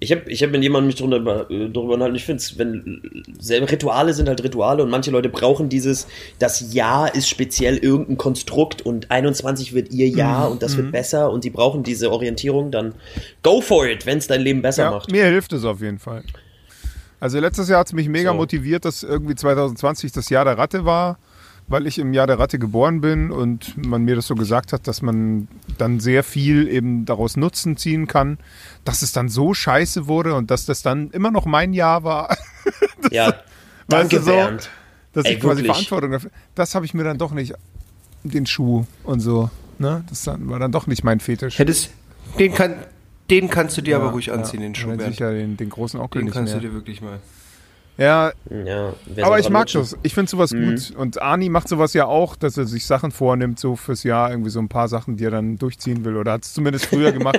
Speaker 4: ich habe ich hab mit jemandem mich drunter, äh, darüber unterhalten, ich finde es, wenn, selbe Rituale sind halt Rituale und manche Leute brauchen dieses, das Ja ist speziell irgendein Konstrukt und 21 wird ihr Ja
Speaker 3: Mhm.
Speaker 4: und das wird besser und die brauchen diese Orientierung, dann go for it, wenn es dein Leben besser
Speaker 3: ja,
Speaker 4: macht.
Speaker 3: mir hilft es auf jeden Fall. Also letztes Jahr hat es mich mega
Speaker 4: So.
Speaker 3: motiviert, dass irgendwie 2020 das Jahr der Ratte war, weil ich im Jahr der Ratte geboren bin und man mir das so gesagt hat, dass man dann sehr viel eben daraus Nutzen ziehen kann, dass es dann so scheiße wurde und dass das dann immer noch mein Jahr war,
Speaker 4: Ja,
Speaker 3: Weißt
Speaker 4: danke
Speaker 3: du so?
Speaker 4: Bernd.
Speaker 3: dass
Speaker 4: Ey,
Speaker 3: ich quasi
Speaker 4: wirklich?
Speaker 3: Verantwortung dafür. Das habe ich mir dann doch nicht den Schuh und so. Ne? Das dann, war dann doch nicht mein Fetisch.
Speaker 5: Hättest, den, kann, den kannst du dir aber
Speaker 3: Ja,
Speaker 5: ruhig
Speaker 3: ja.
Speaker 5: anziehen, den Schuh.
Speaker 3: Dann
Speaker 5: Bernd.
Speaker 3: Sicher den, den großen Onkel
Speaker 5: Den
Speaker 3: nicht
Speaker 5: kannst
Speaker 3: mehr.
Speaker 5: du dir wirklich mal.
Speaker 3: Ja,
Speaker 4: Ja, wer
Speaker 3: Aber
Speaker 4: soll
Speaker 3: ich
Speaker 4: dran
Speaker 3: mag
Speaker 4: lutschen?
Speaker 3: das. Ich finde sowas gut. Und Ani macht sowas ja auch, dass er sich Sachen vornimmt, so fürs Jahr, irgendwie so ein paar Sachen, die er dann durchziehen will. Oder hat es zumindest früher gemacht.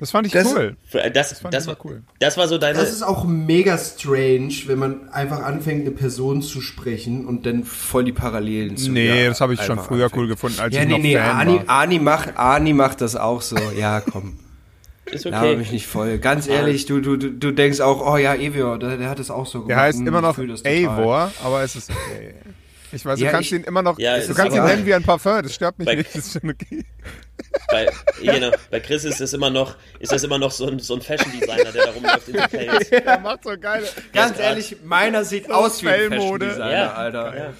Speaker 3: Das fand ich
Speaker 5: Das-
Speaker 3: cool.
Speaker 4: äh, Das,
Speaker 3: fand
Speaker 4: das,
Speaker 3: ich
Speaker 4: war
Speaker 3: immer cool.
Speaker 4: Das war so deine.
Speaker 3: Äh.
Speaker 5: Das ist auch mega strange, wenn man einfach anfängt, eine Person zu sprechen und dann voll die Parallelen zu
Speaker 3: Nee,
Speaker 5: ja,
Speaker 3: das habe ich schon
Speaker 5: einfach
Speaker 3: früher
Speaker 5: anfängt.
Speaker 3: cool gefunden, als
Speaker 5: Ja,
Speaker 3: ich
Speaker 5: nee,
Speaker 3: noch
Speaker 5: nee,
Speaker 3: Fan
Speaker 5: Ani,
Speaker 3: war.
Speaker 5: Ani, macht, Ani macht das auch so. Ja, komm,
Speaker 4: ist
Speaker 5: laber
Speaker 4: okay.
Speaker 5: mich nicht voll. Ganz ehrlich, du, du, du du denkst auch, oh ja, Evior, der, der hat das auch so gemacht.
Speaker 3: Der heißt
Speaker 5: Hm,
Speaker 3: immer
Speaker 5: ich
Speaker 3: noch
Speaker 5: fühl das total.
Speaker 3: Eivor, aber es ist. Ich weiß, du
Speaker 5: Ja,
Speaker 3: kannst
Speaker 5: ich-
Speaker 3: ihn immer noch.
Speaker 4: Ja, es
Speaker 3: du
Speaker 4: ist
Speaker 3: kannst ihn
Speaker 5: aber-
Speaker 3: nennen wie ein Parfum, das stört mich
Speaker 4: Bei-
Speaker 3: nicht. Das ist schon okay.
Speaker 4: Bei, genau, bei Chris ist das immer noch, ist das immer noch so ein, so ein Fashion-Designer, der da rumläuft in den Fels.
Speaker 3: Er macht so geile.
Speaker 5: Ganz
Speaker 4: Das-
Speaker 5: ehrlich, meiner sieht aus wie ein
Speaker 3: Fellmode.
Speaker 5: Fashion-Designer,
Speaker 4: Ja,
Speaker 5: Alter.
Speaker 4: ja.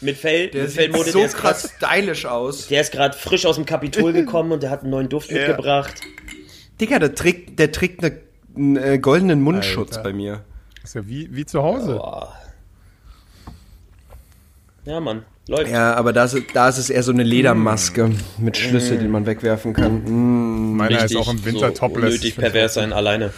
Speaker 4: Mit Fell,
Speaker 5: Der
Speaker 4: mit
Speaker 5: sieht
Speaker 4: Fellmode,
Speaker 5: so
Speaker 4: der ist grad-
Speaker 5: krass stylisch aus.
Speaker 4: der ist gerade frisch aus dem Kapitol gekommen und der hat einen neuen Duft mitgebracht.
Speaker 5: Digga, der trägt, der trägt eine, einen äh, goldenen Mundschutz
Speaker 3: Alter.
Speaker 5: bei mir.
Speaker 3: Ist ja wie, wie zu Hause.
Speaker 4: Boah. Ja, Mann. Läuft.
Speaker 5: Ja, aber da ist, da ist es eher so eine Ledermaske
Speaker 3: Hm.
Speaker 5: mit Schlüssel, den man wegwerfen kann. Mm.
Speaker 3: Meiner ist
Speaker 4: Richtig
Speaker 3: auch im Winter
Speaker 4: so
Speaker 3: topless.
Speaker 4: Unnötig pervers sein, alleine.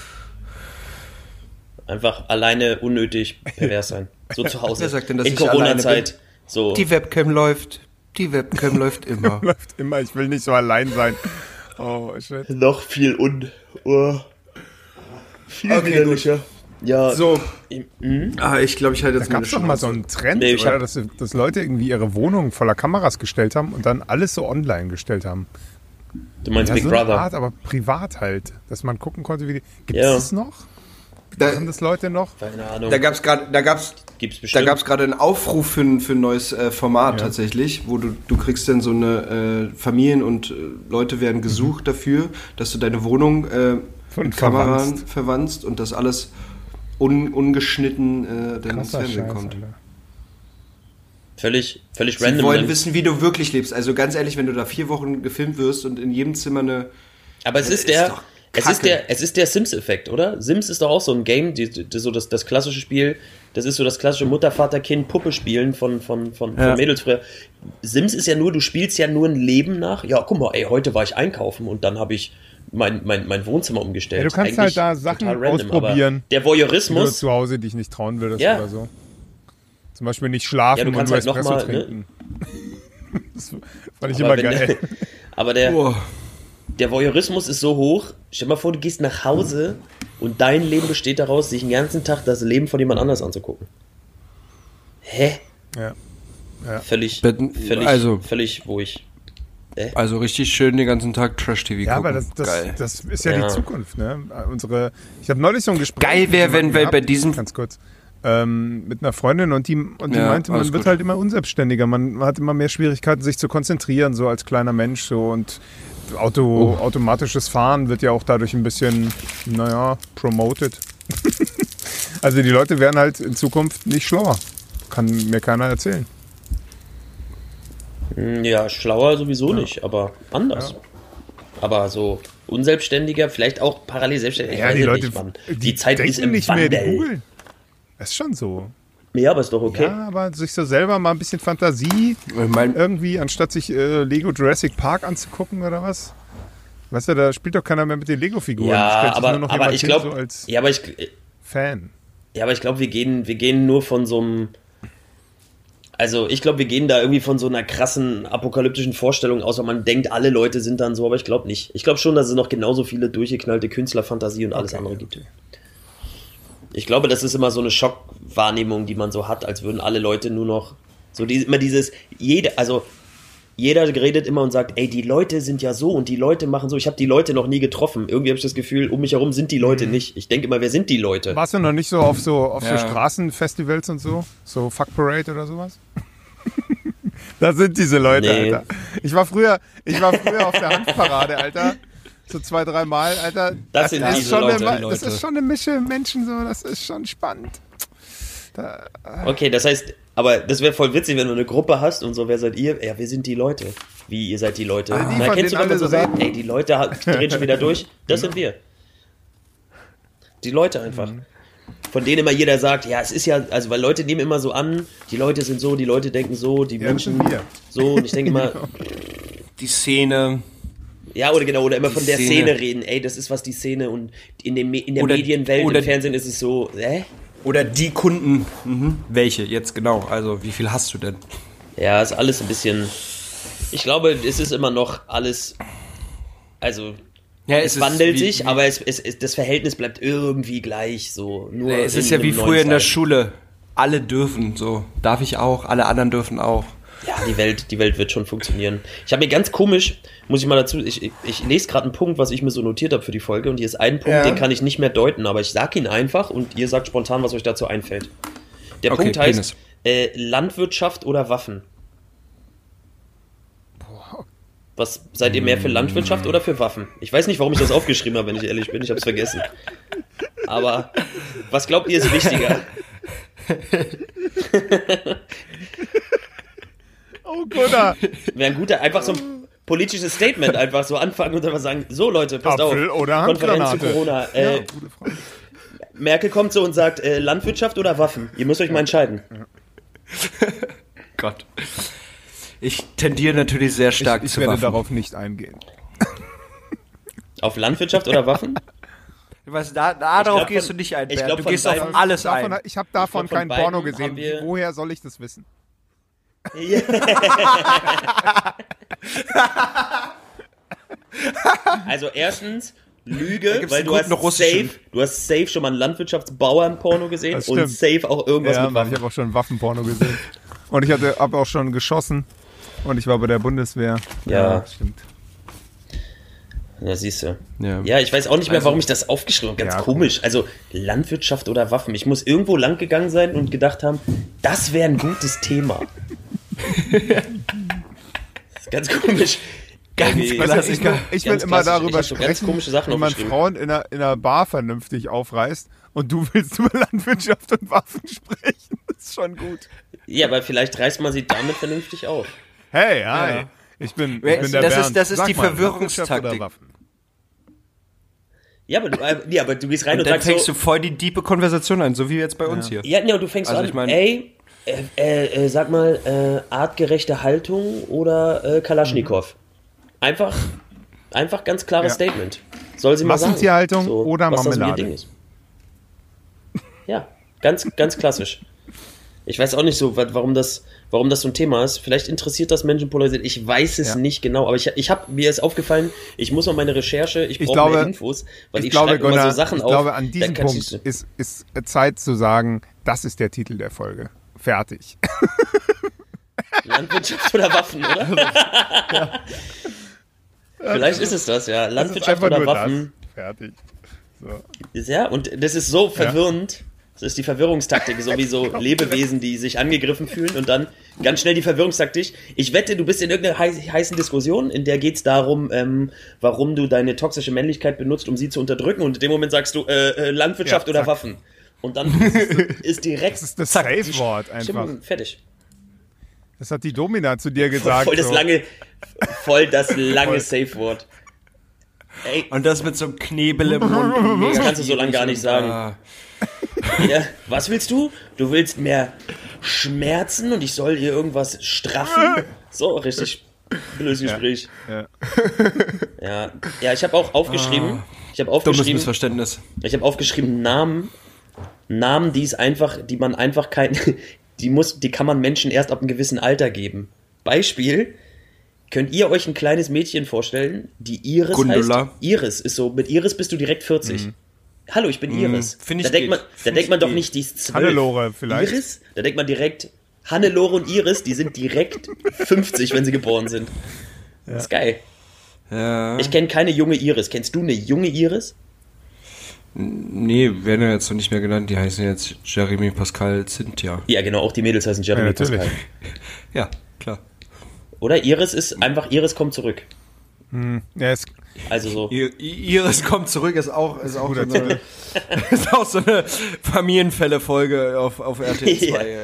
Speaker 4: Einfach alleine unnötig pervers sein. So zu Hause.
Speaker 5: Wer sagt denn, dass
Speaker 4: In
Speaker 5: ich alleine
Speaker 4: Corona-Zeit. So.
Speaker 5: Die Webcam läuft. Die Webcam läuft immer.
Speaker 3: Läuft immer, ich will nicht so allein sein. Oh, shit.
Speaker 4: noch viel un. Uh, viel
Speaker 5: Okay,
Speaker 4: widerlicher. Ja.
Speaker 5: So,
Speaker 4: Mhm.
Speaker 5: ah, ich glaube, ich halte jetzt
Speaker 3: Gab es doch mal so einen Trend,
Speaker 4: Nee, ich
Speaker 3: oder?
Speaker 4: hab-
Speaker 3: Dass, dass Leute irgendwie ihre Wohnungen voller Kameras gestellt haben und dann alles so online gestellt haben.
Speaker 4: Du meinst Big
Speaker 3: so eine
Speaker 4: Brother.
Speaker 3: Art, aber privat halt. Dass man gucken konnte, wie die. Gibt es
Speaker 4: Ja.
Speaker 3: das noch?
Speaker 5: Da,
Speaker 3: Haben das Leute noch?
Speaker 4: Keine Ahnung.
Speaker 5: da gab's gerade, da gab's,
Speaker 4: Gibt's
Speaker 5: da
Speaker 4: bestimmt.
Speaker 5: gab's gerade einen Aufruf für ein, für ein neues äh, Format tatsächlich, wo du, du kriegst dann so eine äh, Familien und äh, Leute werden gesucht dafür, dass du deine Wohnung äh,
Speaker 3: Mhm. Von
Speaker 5: mit Kameran
Speaker 3: verwanzt.
Speaker 5: verwandst und das alles un, ungeschnitten äh, dann ins
Speaker 3: Krasser
Speaker 5: Fernsehen
Speaker 3: Scheiß,
Speaker 5: kommt.
Speaker 3: Alter.
Speaker 4: völlig, völlig
Speaker 5: Sie
Speaker 4: random.
Speaker 5: wollen
Speaker 4: dann.
Speaker 5: wissen, wie du wirklich lebst. Also ganz ehrlich, wenn du da vier Wochen gefilmt wirst und in jedem Zimmer eine
Speaker 4: Aber es
Speaker 5: Das
Speaker 4: ist
Speaker 5: ist
Speaker 4: der,
Speaker 5: doch
Speaker 4: es
Speaker 5: Kacke.
Speaker 4: ist der, es ist der Sims-Effekt, oder? Sims ist doch auch so ein Game, die, die, so das, das klassische Spiel. Das ist so das klassische Mutter, Vater, Kind, Puppe spielen von, von, von, von Mädels früher. Sims ist ja nur, du spielst ja nur ein Leben nach. Ja, guck mal, ey, heute war ich einkaufen und dann habe ich mein, mein, mein Wohnzimmer umgestellt.
Speaker 3: Ja, du kannst halt da Sachen
Speaker 4: total aber
Speaker 3: ausprobieren.
Speaker 4: Der
Speaker 3: Wenn du
Speaker 4: Voyeurismus,
Speaker 3: zu Hause dich nicht trauen würdest
Speaker 4: Ja.
Speaker 3: oder so. Zum Beispiel nicht schlafen
Speaker 4: Ja, du
Speaker 3: und
Speaker 4: kannst
Speaker 3: nur
Speaker 4: halt noch
Speaker 3: Espresso
Speaker 4: mal, ne?
Speaker 3: trinken. Das fand ich
Speaker 4: Aber
Speaker 3: immer
Speaker 4: wenn-
Speaker 3: geil.
Speaker 4: aber der,
Speaker 5: Oh,
Speaker 4: der Voyeurismus ist so hoch. Stell dir mal vor, du gehst nach Hause und dein Leben besteht daraus, sich den ganzen Tag das Leben von jemand anders anzugucken. Hä?
Speaker 3: Ja.
Speaker 4: Völlig,
Speaker 7: Betten-
Speaker 4: völlig,
Speaker 7: also-
Speaker 4: völlig ruhig.
Speaker 7: Also richtig schön den ganzen Tag Trash-TV
Speaker 3: Ja,
Speaker 7: gucken.
Speaker 3: aber das, das,
Speaker 7: Geil.
Speaker 3: das ist ja,
Speaker 4: Ja.
Speaker 3: die Zukunft, ne? Unsere, ich habe neulich so ein Gespräch.
Speaker 7: Geil wär,
Speaker 3: mit
Speaker 7: wenn
Speaker 3: jemandem
Speaker 7: wir
Speaker 3: gehabt,
Speaker 7: bei diesem-
Speaker 3: Ganz kurz. Ähm, mit einer Freundin und die, und die
Speaker 7: Ja,
Speaker 3: meinte, man
Speaker 7: alles
Speaker 3: wird
Speaker 7: gut.
Speaker 3: halt immer unselbstständiger. Man hat immer mehr Schwierigkeiten, sich zu konzentrieren, so als kleiner Mensch. So. Und
Speaker 7: Oh.
Speaker 3: Auto, automatisches Fahren wird ja auch dadurch ein bisschen, naja, promoted. also die Leute werden halt in Zukunft nicht schlauer. Kann mir keiner erzählen.
Speaker 4: Hm, Ja, schlauer sowieso nicht, aber anders. Aber so unselbstständiger, vielleicht auch parallel selbstständiger.
Speaker 3: Ja,
Speaker 4: ich
Speaker 3: die
Speaker 4: weiß es
Speaker 3: Leute,
Speaker 4: nicht, Mann.
Speaker 3: die,
Speaker 4: die Zeit
Speaker 3: denken
Speaker 4: ist im
Speaker 3: nicht
Speaker 4: Wandel.
Speaker 3: mehr, die googeln. Das ist schon so.
Speaker 4: Ja, aber ist doch okay.
Speaker 3: Ja, aber sich so selber mal ein bisschen Fantasie
Speaker 5: ich mein,
Speaker 3: irgendwie, anstatt sich äh, Lego Jurassic Park anzugucken oder was? Weißt du, da spielt doch keiner mehr mit den Lego-Figuren. Da
Speaker 4: Ja,
Speaker 3: stellt sich nur
Speaker 4: aber,
Speaker 3: noch
Speaker 4: aber
Speaker 3: jemand
Speaker 4: ich
Speaker 3: hin, so
Speaker 4: glaube,
Speaker 3: als
Speaker 4: ja, aber ich,
Speaker 3: Fan.
Speaker 4: Ja, aber ich glaube, wir gehen, wir gehen nur von so einem. Also ich glaube, wir gehen da irgendwie von so einer krassen apokalyptischen Vorstellung aus, weil man denkt, alle Leute sind dann so, aber ich glaube nicht. Ich glaube schon, dass es noch genauso viele durchgeknallte Künstlerfantasie und alles andere gibt. Ich glaube, das ist immer so eine Schockwahrnehmung, die man so hat, als würden alle Leute nur noch so die, immer dieses jede, also jeder redet immer und sagt, ey, die Leute sind ja so und die Leute machen so. Ich habe die Leute noch nie getroffen. Irgendwie habe ich das Gefühl, um mich herum sind die Leute nicht. Ich denke immer, wer sind die Leute?
Speaker 3: Warst du noch nicht so auf so, auf
Speaker 5: Ja.
Speaker 3: so Straßenfestivals und so? So Fuck Parade oder sowas? da sind diese Leute,
Speaker 4: Nee.
Speaker 3: Alter. Ich war früher, ich war früher auf der Handparade, Alter. So zwei, drei Mal, Alter.
Speaker 4: Das sind
Speaker 3: ist
Speaker 4: diese
Speaker 3: schon
Speaker 4: Leute,
Speaker 3: eine,
Speaker 4: die
Speaker 3: Das
Speaker 4: Leute.
Speaker 3: ist schon eine Mische Menschen so, das ist schon spannend.
Speaker 4: Okay, das heißt, aber das wäre voll witzig, wenn du eine Gruppe hast und so, wer seid ihr? Ja, wir sind die Leute. Wie, ihr seid die Leute?
Speaker 3: Ah, die,
Speaker 4: und dann
Speaker 3: von
Speaker 4: kennst du,
Speaker 3: denen alle
Speaker 4: wenn man so
Speaker 3: reden.
Speaker 4: sagt, ey, die Leute ha- drehen schon wieder durch. Das sind wir. Die Leute einfach.
Speaker 3: Mhm.
Speaker 4: Von denen immer jeder sagt, ja, es ist ja, also weil Leute nehmen immer so an, die Leute sind so, die Leute denken so, die
Speaker 3: Ja, das
Speaker 4: Menschen
Speaker 3: sind wir. Genau.
Speaker 4: so. Und ich denke immer,
Speaker 5: die Szene.
Speaker 4: ja, oder genau, oder immer von der Szene.
Speaker 5: Szene.
Speaker 4: reden, ey, das ist was die Szene und in, dem, Me- in der
Speaker 5: Oder-
Speaker 4: Medienwelt,
Speaker 5: oder-
Speaker 4: im Fernsehen ist es so, hä?
Speaker 5: Oder die Kunden. Mhm. Welche jetzt genau? Also, wie viel hast du denn?
Speaker 4: Ja, ist alles ein bisschen. Ich glaube, es ist immer noch alles. Also,
Speaker 5: Ja,
Speaker 4: es, wandelt sich, aber es, es, es, das Verhältnis bleibt irgendwie gleich so. Nur
Speaker 5: Nee, es
Speaker 4: in
Speaker 5: ist ja wie
Speaker 4: einem neuen
Speaker 5: früher in der
Speaker 4: Style.
Speaker 5: Schule. Alle dürfen so. Darf ich auch, alle anderen dürfen auch.
Speaker 4: Ja, die Welt, die Welt wird schon funktionieren. Ich habe mir ganz komisch, muss ich mal dazu, ich, ich, ich lese gerade einen Punkt, was ich mir so notiert habe für die Folge und hier ist ein Punkt,
Speaker 5: Ja.
Speaker 4: den kann ich nicht mehr deuten, aber ich sag ihn einfach und ihr sagt spontan, was euch dazu einfällt. Der
Speaker 5: Okay,
Speaker 4: Punkt heißt äh, Landwirtschaft oder Waffen. Was seid ihr mehr für Landwirtschaft
Speaker 5: Mm.
Speaker 4: oder für Waffen? Ich weiß nicht, warum ich das aufgeschrieben habe, wenn ich ehrlich bin. Ich habe es vergessen. Aber was glaubt ihr ist wichtiger?
Speaker 3: Oh Gott, Oh,
Speaker 4: Wäre ein guter, einfach so ein, politisches Statement einfach so anfangen und einfach sagen, so Leute, passt
Speaker 3: Apfel
Speaker 4: auf,
Speaker 3: oder
Speaker 4: Konferenz zu
Speaker 3: Handgranate.
Speaker 4: Corona. Äh,
Speaker 3: ja, gute Frage.
Speaker 4: Merkel kommt so und sagt, äh, Landwirtschaft oder Waffen? Ihr müsst euch mal entscheiden.
Speaker 5: Gott. Ich tendiere natürlich sehr stark
Speaker 3: ich
Speaker 5: zu
Speaker 3: werde
Speaker 5: Waffen.
Speaker 3: darauf nicht eingehen.
Speaker 4: Auf Landwirtschaft oder Waffen?
Speaker 5: Was, da, darauf
Speaker 4: glaub,
Speaker 5: gehst
Speaker 4: von-
Speaker 5: du nicht ein,
Speaker 4: ich
Speaker 5: Bernd.
Speaker 4: glaub,
Speaker 5: Du
Speaker 4: von
Speaker 5: gehst auf
Speaker 4: beiden-
Speaker 5: alles
Speaker 3: Davon,
Speaker 5: ein.
Speaker 3: ich habe davon
Speaker 4: Ich glaub, von
Speaker 3: kein Porno
Speaker 4: beiden
Speaker 3: gesehen.
Speaker 4: haben wir-
Speaker 3: Woher soll ich das wissen?
Speaker 4: Also erstens
Speaker 5: Da
Speaker 4: Lüge,
Speaker 5: gibt's
Speaker 4: weil
Speaker 5: einen
Speaker 4: du hast,
Speaker 5: guten russischen.
Speaker 4: safe, du hast safe schon mal einen Landwirtschaftsbauern-Porno gesehen
Speaker 3: Das
Speaker 4: und safe auch irgendwas
Speaker 3: ja,
Speaker 4: mit
Speaker 3: Mann, ich
Speaker 4: Waffen.
Speaker 3: habe auch schon Waffenporno gesehen. Und ich hatte hab auch schon geschossen. Und ich war bei der Bundeswehr.
Speaker 4: Ja.
Speaker 3: stimmt.
Speaker 4: Ja, siehst du.
Speaker 5: Ja.
Speaker 4: Ja. ich weiß auch nicht mehr, warum ich das aufgeschrieben habe. Ganz
Speaker 3: Ja,
Speaker 4: komisch. Also Landwirtschaft oder Waffen. Ich muss irgendwo lang gegangen sein und gedacht haben, das wäre ein gutes Thema. das ist ganz komisch. Ganz
Speaker 3: Also ich will, ich will
Speaker 4: Ganz
Speaker 3: immer
Speaker 4: klassisch.
Speaker 3: darüber
Speaker 4: Ich hab so ganz
Speaker 3: sprechen,
Speaker 4: komische Sachen
Speaker 3: wie man
Speaker 4: aufgeschrieben.
Speaker 3: Frauen in einer, in einer Bar vernünftig aufreißt und du willst über Landwirtschaft und Waffen sprechen. Das ist schon gut.
Speaker 4: Ja, aber vielleicht reißt man sie damit vernünftig auf.
Speaker 3: Hey, hi. Ich bin, ich
Speaker 5: Das-
Speaker 3: bin der
Speaker 5: das ist-
Speaker 3: Bernd.
Speaker 5: das ist
Speaker 3: Sag
Speaker 5: die
Speaker 3: mal, Landwirtschaft
Speaker 5: Verwirrungstaktik.
Speaker 3: oder Waffen?
Speaker 4: Ja, aber du, äh, ja, aber du gehst rein und,
Speaker 5: Und dann
Speaker 4: sagst
Speaker 5: fängst
Speaker 4: so,
Speaker 5: du voll die diepe Konversation an, so wie jetzt bei uns hier.
Speaker 4: Ja, ja, und du fängst
Speaker 5: Also
Speaker 4: an,
Speaker 5: ich mein-
Speaker 4: ey, äh, äh, äh, sag mal, äh, artgerechte Haltung oder äh, Kalaschnikow.
Speaker 5: Mhm.
Speaker 4: Einfach, einfach ganz klares
Speaker 3: Ja.
Speaker 4: Statement. Soll sie mal sagen.
Speaker 3: Massentierhaltung oder
Speaker 4: was das für ihr
Speaker 3: Marmelade?
Speaker 4: Ding ist. Ja, ganz, ganz klassisch. Ich weiß auch nicht so, wa- warum das, warum das so ein Thema ist. Vielleicht interessiert das Menschen polarisiert. Ich weiß es
Speaker 3: Ja.
Speaker 4: nicht genau, aber ich, ich habe mir ist aufgefallen, ich muss mal meine Recherche, ich
Speaker 3: Ich
Speaker 4: brauche mehr
Speaker 3: glaube-
Speaker 4: Infos, weil ich,
Speaker 3: ich glaube,
Speaker 4: schreibe immer
Speaker 3: Gunnar,
Speaker 4: so Sachen
Speaker 3: ich
Speaker 4: auf.
Speaker 3: glaube, an
Speaker 4: dann
Speaker 3: diesem
Speaker 4: kannst
Speaker 3: Punkt
Speaker 4: du-
Speaker 3: ist, ist äh, Zeit zu sagen, das ist der Titel der Folge. Fertig.
Speaker 4: Landwirtschaft oder Waffen, oder? Vielleicht ist es das, ja.
Speaker 3: Das ist
Speaker 4: Landwirtschaft
Speaker 3: einfach
Speaker 4: oder
Speaker 3: nur
Speaker 4: Waffen.
Speaker 3: das. Fertig. So.
Speaker 4: Ist Ja, und das ist so verwirrend. Das ist die Verwirrungstaktik, sowieso Lebewesen, die sich angegriffen fühlen und dann ganz schnell die Verwirrungstaktik. Ich wette, du bist in irgendeiner heiß, heißen Diskussion, in der geht's darum, ähm, warum du deine toxische Männlichkeit benutzt, um sie zu unterdrücken. Und in dem Moment sagst du, äh, äh, Landwirtschaft
Speaker 3: Ja,
Speaker 4: oder
Speaker 3: zack.
Speaker 4: Waffen. Und dann ist, ist direkt
Speaker 3: Das ist das
Speaker 4: zack, die
Speaker 3: Safe-Wort einfach.
Speaker 4: Stimmung fertig.
Speaker 3: Das hat die Domina zu dir gesagt.
Speaker 4: voll das
Speaker 3: so.
Speaker 4: lange, voll das lange Safe-Wort. Ey,
Speaker 5: Und das mit so einem Knebel im Mund.
Speaker 4: das kannst du so lange gar nicht sagen.
Speaker 5: Ah,
Speaker 4: Ja, was willst du? Du willst mehr Schmerzen und ich soll hier irgendwas straffen? So, richtig blödes Gespräch.
Speaker 3: Ja.
Speaker 4: Ja, ja ich habe auch aufgeschrieben, ich habe
Speaker 5: dummes
Speaker 4: aufgeschrieben,
Speaker 5: Missverständnis.
Speaker 4: ich habe aufgeschrieben Namen, Namen, die es einfach, die man einfach kein, die muss, die kann man Menschen erst ab einem gewissen Alter geben. Beispiel, könnt ihr euch ein kleines Mädchen vorstellen, die Iris
Speaker 5: Gundula. Mhm.
Speaker 4: heißt? Iris ist so, mit Iris bist du direkt 40. Hallo, ich bin Iris.
Speaker 5: find ich
Speaker 4: da denkt
Speaker 5: geht.
Speaker 4: man, da
Speaker 5: Find ich
Speaker 4: denkt man doch
Speaker 5: geht.
Speaker 4: nicht, die ist 12.
Speaker 3: Hannelore vielleicht.
Speaker 4: Iris, da denkt man direkt, Hannelore und Iris, die sind direkt 50, wenn sie geboren sind. Das ist geil.
Speaker 5: Ja.
Speaker 4: Ich kenne keine junge Iris. Kennst du eine junge Iris?
Speaker 5: Nee, werden ja jetzt noch nicht mehr genannt. Die heißen jetzt Jeremy Pascal Cynthia.
Speaker 4: Ja, genau, auch die Mädels heißen Jeremy
Speaker 3: Ja, natürlich.
Speaker 4: Pascal.
Speaker 5: Ja, klar.
Speaker 4: Oder Iris ist einfach, Iris kommt zurück.
Speaker 3: Ja, es,
Speaker 4: Also so.
Speaker 5: I- I- Iris kommt zurück, ist auch, ist auch, so,
Speaker 3: guter
Speaker 5: eine, ist auch so eine Familienfälle-Folge auf, auf RTL 2, ey.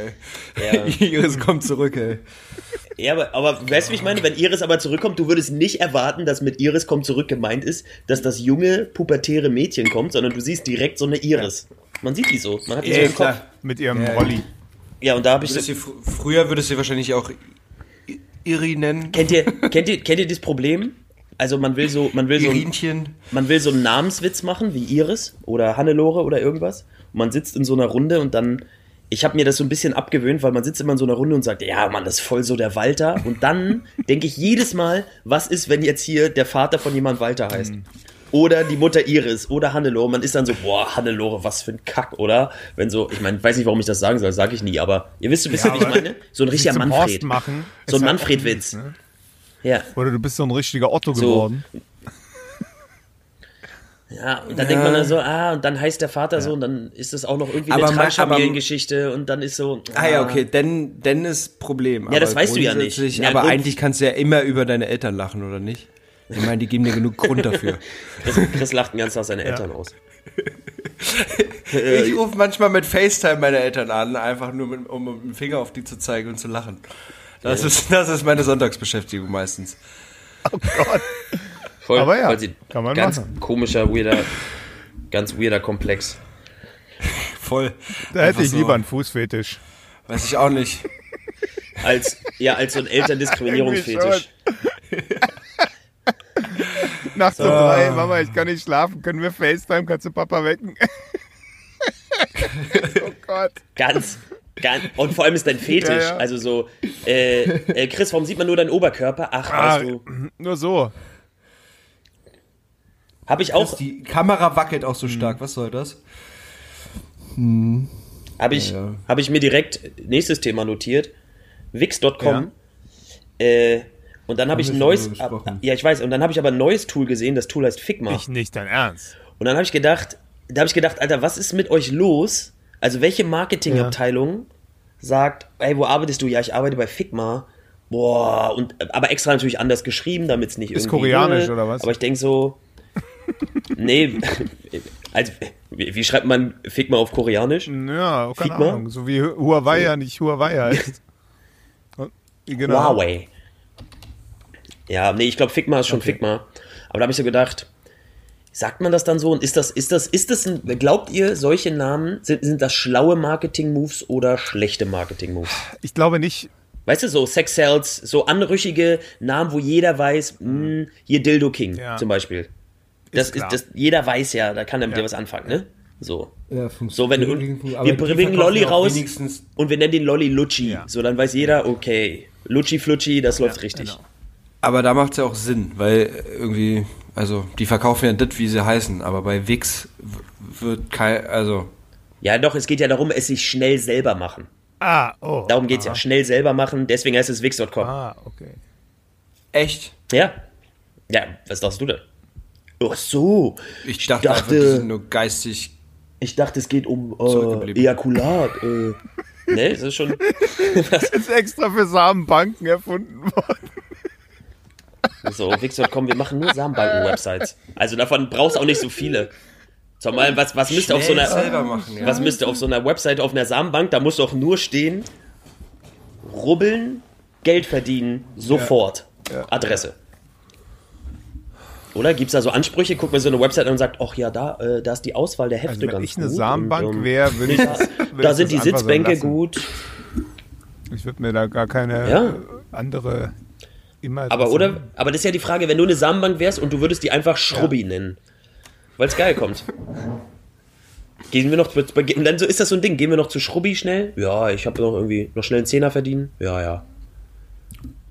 Speaker 4: Ja,
Speaker 5: Iris kommt zurück, ey.
Speaker 4: ja aber, aber weißt du,
Speaker 5: genau
Speaker 4: wie ich meine? Wenn Iris aber zurückkommt, du würdest nicht erwarten, dass mit Iris kommt zurück gemeint ist, dass das junge, pubertäre Mädchen kommt, sondern du siehst direkt so eine Iris. Man sieht die so. Man hat die so im Kopf.
Speaker 3: mit ihrem
Speaker 5: Ja.
Speaker 3: Rolli.
Speaker 4: Ja, und da habe ich
Speaker 5: Würdest
Speaker 4: so,
Speaker 5: du, fr- früher würdest du wahrscheinlich auch I- Iri nennen.
Speaker 4: kennt ihr, kennt ihr, kennt ihr das Problem? Also man will so, man will so, ein-
Speaker 5: Irinchen.
Speaker 4: man will so einen Namenswitz machen wie Iris oder Hannelore oder irgendwas. Und man sitzt in so einer Runde und dann, ich habe mir das so ein bisschen abgewöhnt, weil man sitzt immer in so einer Runde und sagt, ja, Mann, das ist voll so der Walter. Und dann denke ich jedes Mal, was ist, wenn jetzt hier der Vater von jemandem Walter heißt?
Speaker 3: Mhm.
Speaker 4: Oder die Mutter Iris oder Hannelore. Man ist dann so, boah, Hannelore, was für ein Kack, oder? Wenn so, ich meine, weiß nicht, warum ich das sagen soll, sage ich nie, aber ihr wisst ein bisschen, wie ich
Speaker 3: aber
Speaker 4: meine? So ein
Speaker 3: Die
Speaker 4: richtiger
Speaker 3: zum
Speaker 4: Manfred.
Speaker 3: Horst machen.
Speaker 4: So
Speaker 3: ist
Speaker 4: ein
Speaker 3: halt
Speaker 4: Manfred-Witz.
Speaker 3: auch nichts, ne?
Speaker 4: Ja.
Speaker 3: Oder du bist so ein richtiger Otto
Speaker 4: So.
Speaker 3: geworden.
Speaker 4: Ja, und dann denkt man dann so, ah, und dann heißt der Vater so, und dann ist das auch noch irgendwie
Speaker 5: Aber
Speaker 4: eine
Speaker 5: ma- aber-
Speaker 4: Tragfamiliengeschichte und dann ist so.
Speaker 5: Ah ja, okay, denn, denn ist Problem. Ja,
Speaker 4: das weißt du Äh, ja nicht. Ja,
Speaker 5: aber
Speaker 4: Grund-
Speaker 5: eigentlich kannst du ja immer über deine Eltern lachen, oder nicht? Ich meine, die geben dir genug Grund dafür.
Speaker 4: Chris, Chris lacht den ganzen Tag seine Eltern aus. Äh,
Speaker 5: Ich rufe manchmal mit FaceTime meine Eltern an, einfach nur mit, um mit dem Finger auf die zu zeigen und zu lachen. Das, ist, das ist meine Sonntagsbeschäftigung meistens.
Speaker 3: Oh Gott.
Speaker 4: Voll,
Speaker 3: Aber ja,
Speaker 4: voll sie-
Speaker 3: kann man
Speaker 4: ganz
Speaker 3: machen.
Speaker 4: komischer, weirder, ganz weirder Komplex.
Speaker 5: Voll.
Speaker 3: Da hätte
Speaker 5: Einfach
Speaker 3: ich
Speaker 5: so.
Speaker 3: lieber einen Fußfetisch.
Speaker 5: Weiß ich auch nicht.
Speaker 4: Als, ja, als so ein Elterndiskriminierungsfetisch.
Speaker 3: Nachts um drei, Mama, ich kann nicht schlafen, können wir FaceTime, kannst du Papa wecken? oh Gott.
Speaker 4: Ganz, ganz, und vor allem ist dein Fetisch.
Speaker 3: Ja, ja.
Speaker 4: Also so, äh, äh, Chris, warum sieht man nur deinen Oberkörper? Ach,
Speaker 3: Ah,
Speaker 4: weißt du,
Speaker 3: nur so.
Speaker 4: hab ich auch,
Speaker 5: Die Kamera wackelt auch so stark. Was soll das?
Speaker 4: Habe ich, hab ich mir direkt nächstes Thema notiert. Wix.com. Äh, und dann habe ich
Speaker 5: wir
Speaker 4: ein
Speaker 5: schon
Speaker 4: neues.
Speaker 5: drüber gesprochen.
Speaker 4: ab- Ja, ich weiß. Und dann habe ich aber ein neues Tool gesehen. Das Tool heißt Figma.
Speaker 3: nicht dein Ernst.
Speaker 4: Und dann habe ich gedacht, da habe ich gedacht, Alter, was ist mit euch los? Also welche Marketingabteilung sagt, ey, wo arbeitest du? Ja, ich arbeite bei Figma. Boah, und aber extra natürlich anders geschrieben, damit es nicht
Speaker 3: Ist
Speaker 4: irgendwie-
Speaker 3: koreanisch oder was?
Speaker 4: Aber ich denke so, nee, also wie, wie schreibt man Figma auf koreanisch?
Speaker 3: Ja, keine
Speaker 4: Figma?
Speaker 3: Ahnung. So wie Huawei ja nicht Huawei heißt. Und- genau.
Speaker 4: Huawei. Ja, nee, ich glaube, Figma ist schon Figma. Aber da habe ich so gedacht, sagt man das dann so? Und ist das, ist das, ist das, ein, glaubt ihr, solche Namen, sind, sind das schlaue Marketing-Moves oder schlechte Marketing-Moves?
Speaker 3: Ich glaube nicht,
Speaker 4: Weißt du, so Sex Sales, so anrüchige Namen, wo jeder weiß, mh, hier Dildo King
Speaker 3: Ja.
Speaker 4: zum Beispiel. Das ist,
Speaker 3: klar.
Speaker 4: das, jeder weiß ja, da kann er mit
Speaker 3: Ja.
Speaker 4: dir was anfangen, ne? So.
Speaker 5: Ja, funktioniert.
Speaker 4: So, wenn du,
Speaker 5: Aber
Speaker 4: wir
Speaker 5: die
Speaker 4: bringen
Speaker 5: verkaufen
Speaker 4: Lolli
Speaker 5: ja auch
Speaker 4: raus
Speaker 5: wenigstens-
Speaker 4: und wir nennen den Lolli Lucci.
Speaker 3: Ja.
Speaker 4: So, dann weiß jeder, okay, Lucci Flutschi, das läuft richtig.
Speaker 3: genau.
Speaker 5: Aber da macht es ja auch Sinn, weil äh, irgendwie, also die verkaufen ja das, wie sie heißen, aber bei Wix w- wird kein, also
Speaker 4: Ja, doch, es geht ja darum, es sich schnell selber machen.
Speaker 3: Ah, oh.
Speaker 4: Darum geht's ja. Schnell selber machen, deswegen heißt es Wix.com.
Speaker 3: Ah, okay.
Speaker 5: echt.
Speaker 4: Ja. Ja, was dachtest du denn? Ach so.
Speaker 5: Ich dachte, einfach,
Speaker 4: dachte-
Speaker 5: die sind nur geistig.
Speaker 4: Ich dachte, es geht um äh,
Speaker 5: Zurückgeblieben.
Speaker 4: Ejakulat. Äh. ne, es ist schon.
Speaker 3: Ist extra für Samenbanken erfunden
Speaker 4: Also
Speaker 3: worden.
Speaker 4: So, Wix.com, wir machen nur Samenbanken-Websites. Also davon brauchst du auch nicht so viele. Sag mal, was, was müsste auf so
Speaker 5: Schnell
Speaker 4: einer.
Speaker 5: selber machen, ja.
Speaker 4: Was müsste auf so einer Website auf einer Samenbank? Da muss doch nur stehen: Rubbeln, Geld verdienen, sofort. Adresse. Oder gibt es da so Ansprüche? Guckt man so eine Website an und sagt: Ach ja, da, äh, da ist die Auswahl der Hefte
Speaker 3: Also, wenn
Speaker 4: ganz
Speaker 3: ich eine
Speaker 4: gut und,
Speaker 3: Samenbank
Speaker 4: ähm,
Speaker 3: wäre, würde ich.
Speaker 4: da,
Speaker 3: das- würde
Speaker 4: da
Speaker 3: ich
Speaker 4: sind die
Speaker 3: das einfach so
Speaker 4: Sitzbänke
Speaker 3: lassen.
Speaker 4: gut.
Speaker 3: Ich würde mir da gar keine
Speaker 4: Ja.
Speaker 3: äh, andere immer.
Speaker 4: Aber, oder, aber das ist ja die Frage, wenn du eine Samenbank wärst und du würdest die einfach Schrubbi nennen. Weil es geil kommt. Gehen wir noch, dann so ist das so ein Ding. Gehen wir noch zu Schrubbi schnell? Ja, ich habe noch irgendwie noch schnell einen Zehner verdienen. Ja, ja.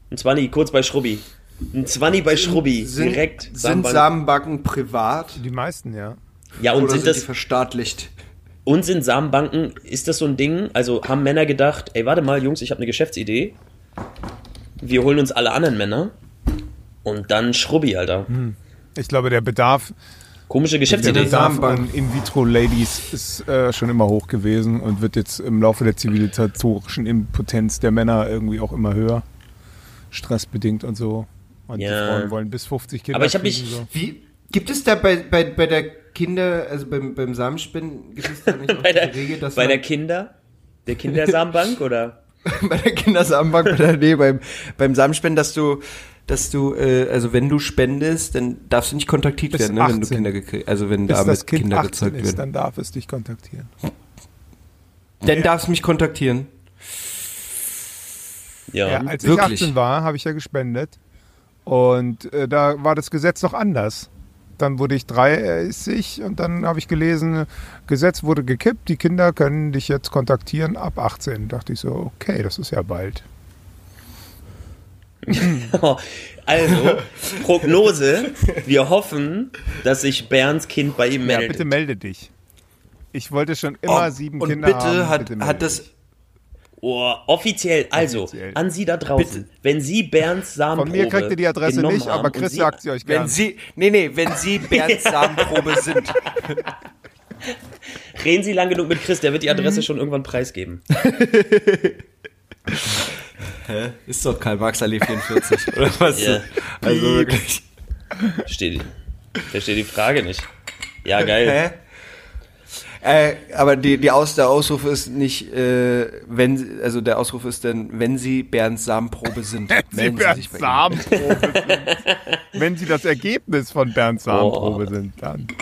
Speaker 4: Ein 20, kurz bei Schrubbi. Ein 20 bei Schrubbi, direkt.
Speaker 5: sind
Speaker 4: Samenbank.
Speaker 5: Samenbacken privat
Speaker 3: Die meisten, ja.
Speaker 4: ja, und
Speaker 5: oder
Speaker 4: sind
Speaker 5: sind, die
Speaker 4: das,
Speaker 5: verstaatlicht?
Speaker 4: und sind Samenbanken, ist das so ein Ding? Also haben Männer gedacht, ey, warte mal, Jungs, ich habe eine Geschäftsidee. Wir holen uns alle anderen Männer. Und dann Schrubbi, Alter.
Speaker 5: Hm.
Speaker 3: Ich glaube, der Bedarf,
Speaker 4: Komische
Speaker 3: der
Speaker 4: Geschäftsidee.
Speaker 3: Bedarf an
Speaker 5: Samenbank.
Speaker 3: In-vitro-Ladies ist äh, schon immer hoch gewesen und wird jetzt im Laufe der zivilisatorischen Impotenz der Männer irgendwie auch immer höher. Stressbedingt und so. Und
Speaker 4: Ja.
Speaker 3: die Frauen wollen bis 50 Kinder.
Speaker 4: Aber ich hab mich-
Speaker 3: kriegen, So.
Speaker 5: Wie gibt es da bei, bei, bei der Kinder, also beim, beim Samenspinnen, gibt es da nicht auch
Speaker 4: bei der,
Speaker 5: die Regel, dass
Speaker 4: bei der
Speaker 5: man,
Speaker 4: Kinder? Der Kindersamenbank oder?
Speaker 5: bei der Kindersamenbank oder nee, beim, beim Samenspenden, dass du, dass du, äh, also wenn du spendest, dann darfst du nicht kontaktiert
Speaker 3: Bis
Speaker 5: werden, ne, wenn du
Speaker 3: 18.
Speaker 5: Kinder gekriegt, also wenn
Speaker 3: Bis
Speaker 5: damit
Speaker 3: das Kind
Speaker 5: Kinder
Speaker 3: 18
Speaker 5: gezeugt
Speaker 3: ist,
Speaker 5: werden.
Speaker 3: dann darf es dich kontaktieren.
Speaker 5: Dann darfst du mich
Speaker 4: Ja.
Speaker 5: kontaktieren.
Speaker 3: Ja, als
Speaker 5: Wirklich?
Speaker 3: ich 18 war, habe ich ja gespendet. Und äh, da war das Gesetz noch anders. Dann wurde ich 30 und dann habe ich gelesen, Gesetz wurde gekippt, die Kinder können dich jetzt kontaktieren ab 18. Dachte ich so, okay, das ist ja bald.
Speaker 4: Also, Prognose. Wir hoffen, dass sich Bernds Kind bei ihm meldet.
Speaker 3: bitte melde dich. Ich wollte schon immer
Speaker 5: Oh,
Speaker 3: sieben
Speaker 5: und
Speaker 3: Kinder
Speaker 5: bitte
Speaker 3: haben.
Speaker 5: Hat,
Speaker 3: bitte melde
Speaker 5: hat das,
Speaker 4: oh, offiziell, also,
Speaker 3: Offiziell.
Speaker 4: an Sie da draußen. Wenn Sie Bernds Samenprobe
Speaker 3: Von mir kriegt ihr die Adresse
Speaker 4: genommen
Speaker 3: nicht,
Speaker 4: haben
Speaker 3: aber
Speaker 4: und
Speaker 3: Chris
Speaker 4: Sie,
Speaker 3: sagt sie euch
Speaker 5: wenn
Speaker 3: gerne.
Speaker 5: sie, nee, nee, wenn sie Bernds Samenprobe sind.
Speaker 4: Reden Sie lang genug mit Chris, der wird die
Speaker 3: Mhm.
Speaker 4: Adresse schon irgendwann preisgeben.
Speaker 5: Ist doch Karl Marx Allee 44, oder was?
Speaker 4: Ja.
Speaker 5: Also wirklich.
Speaker 4: Verstehe die, verstehe die Frage nicht. Ja, geil.
Speaker 5: Hä? Äh, aber die, die Aus, der Ausruf ist nicht, äh, wenn, sie- also der Ausruf ist dann, wenn Sie Bernds Samenprobe sind, melden Sie sich bei ihm.
Speaker 3: Samenprobe sind. Wenn sie das Ergebnis von
Speaker 5: Oh.
Speaker 3: Bernds Samenprobe sind, dann.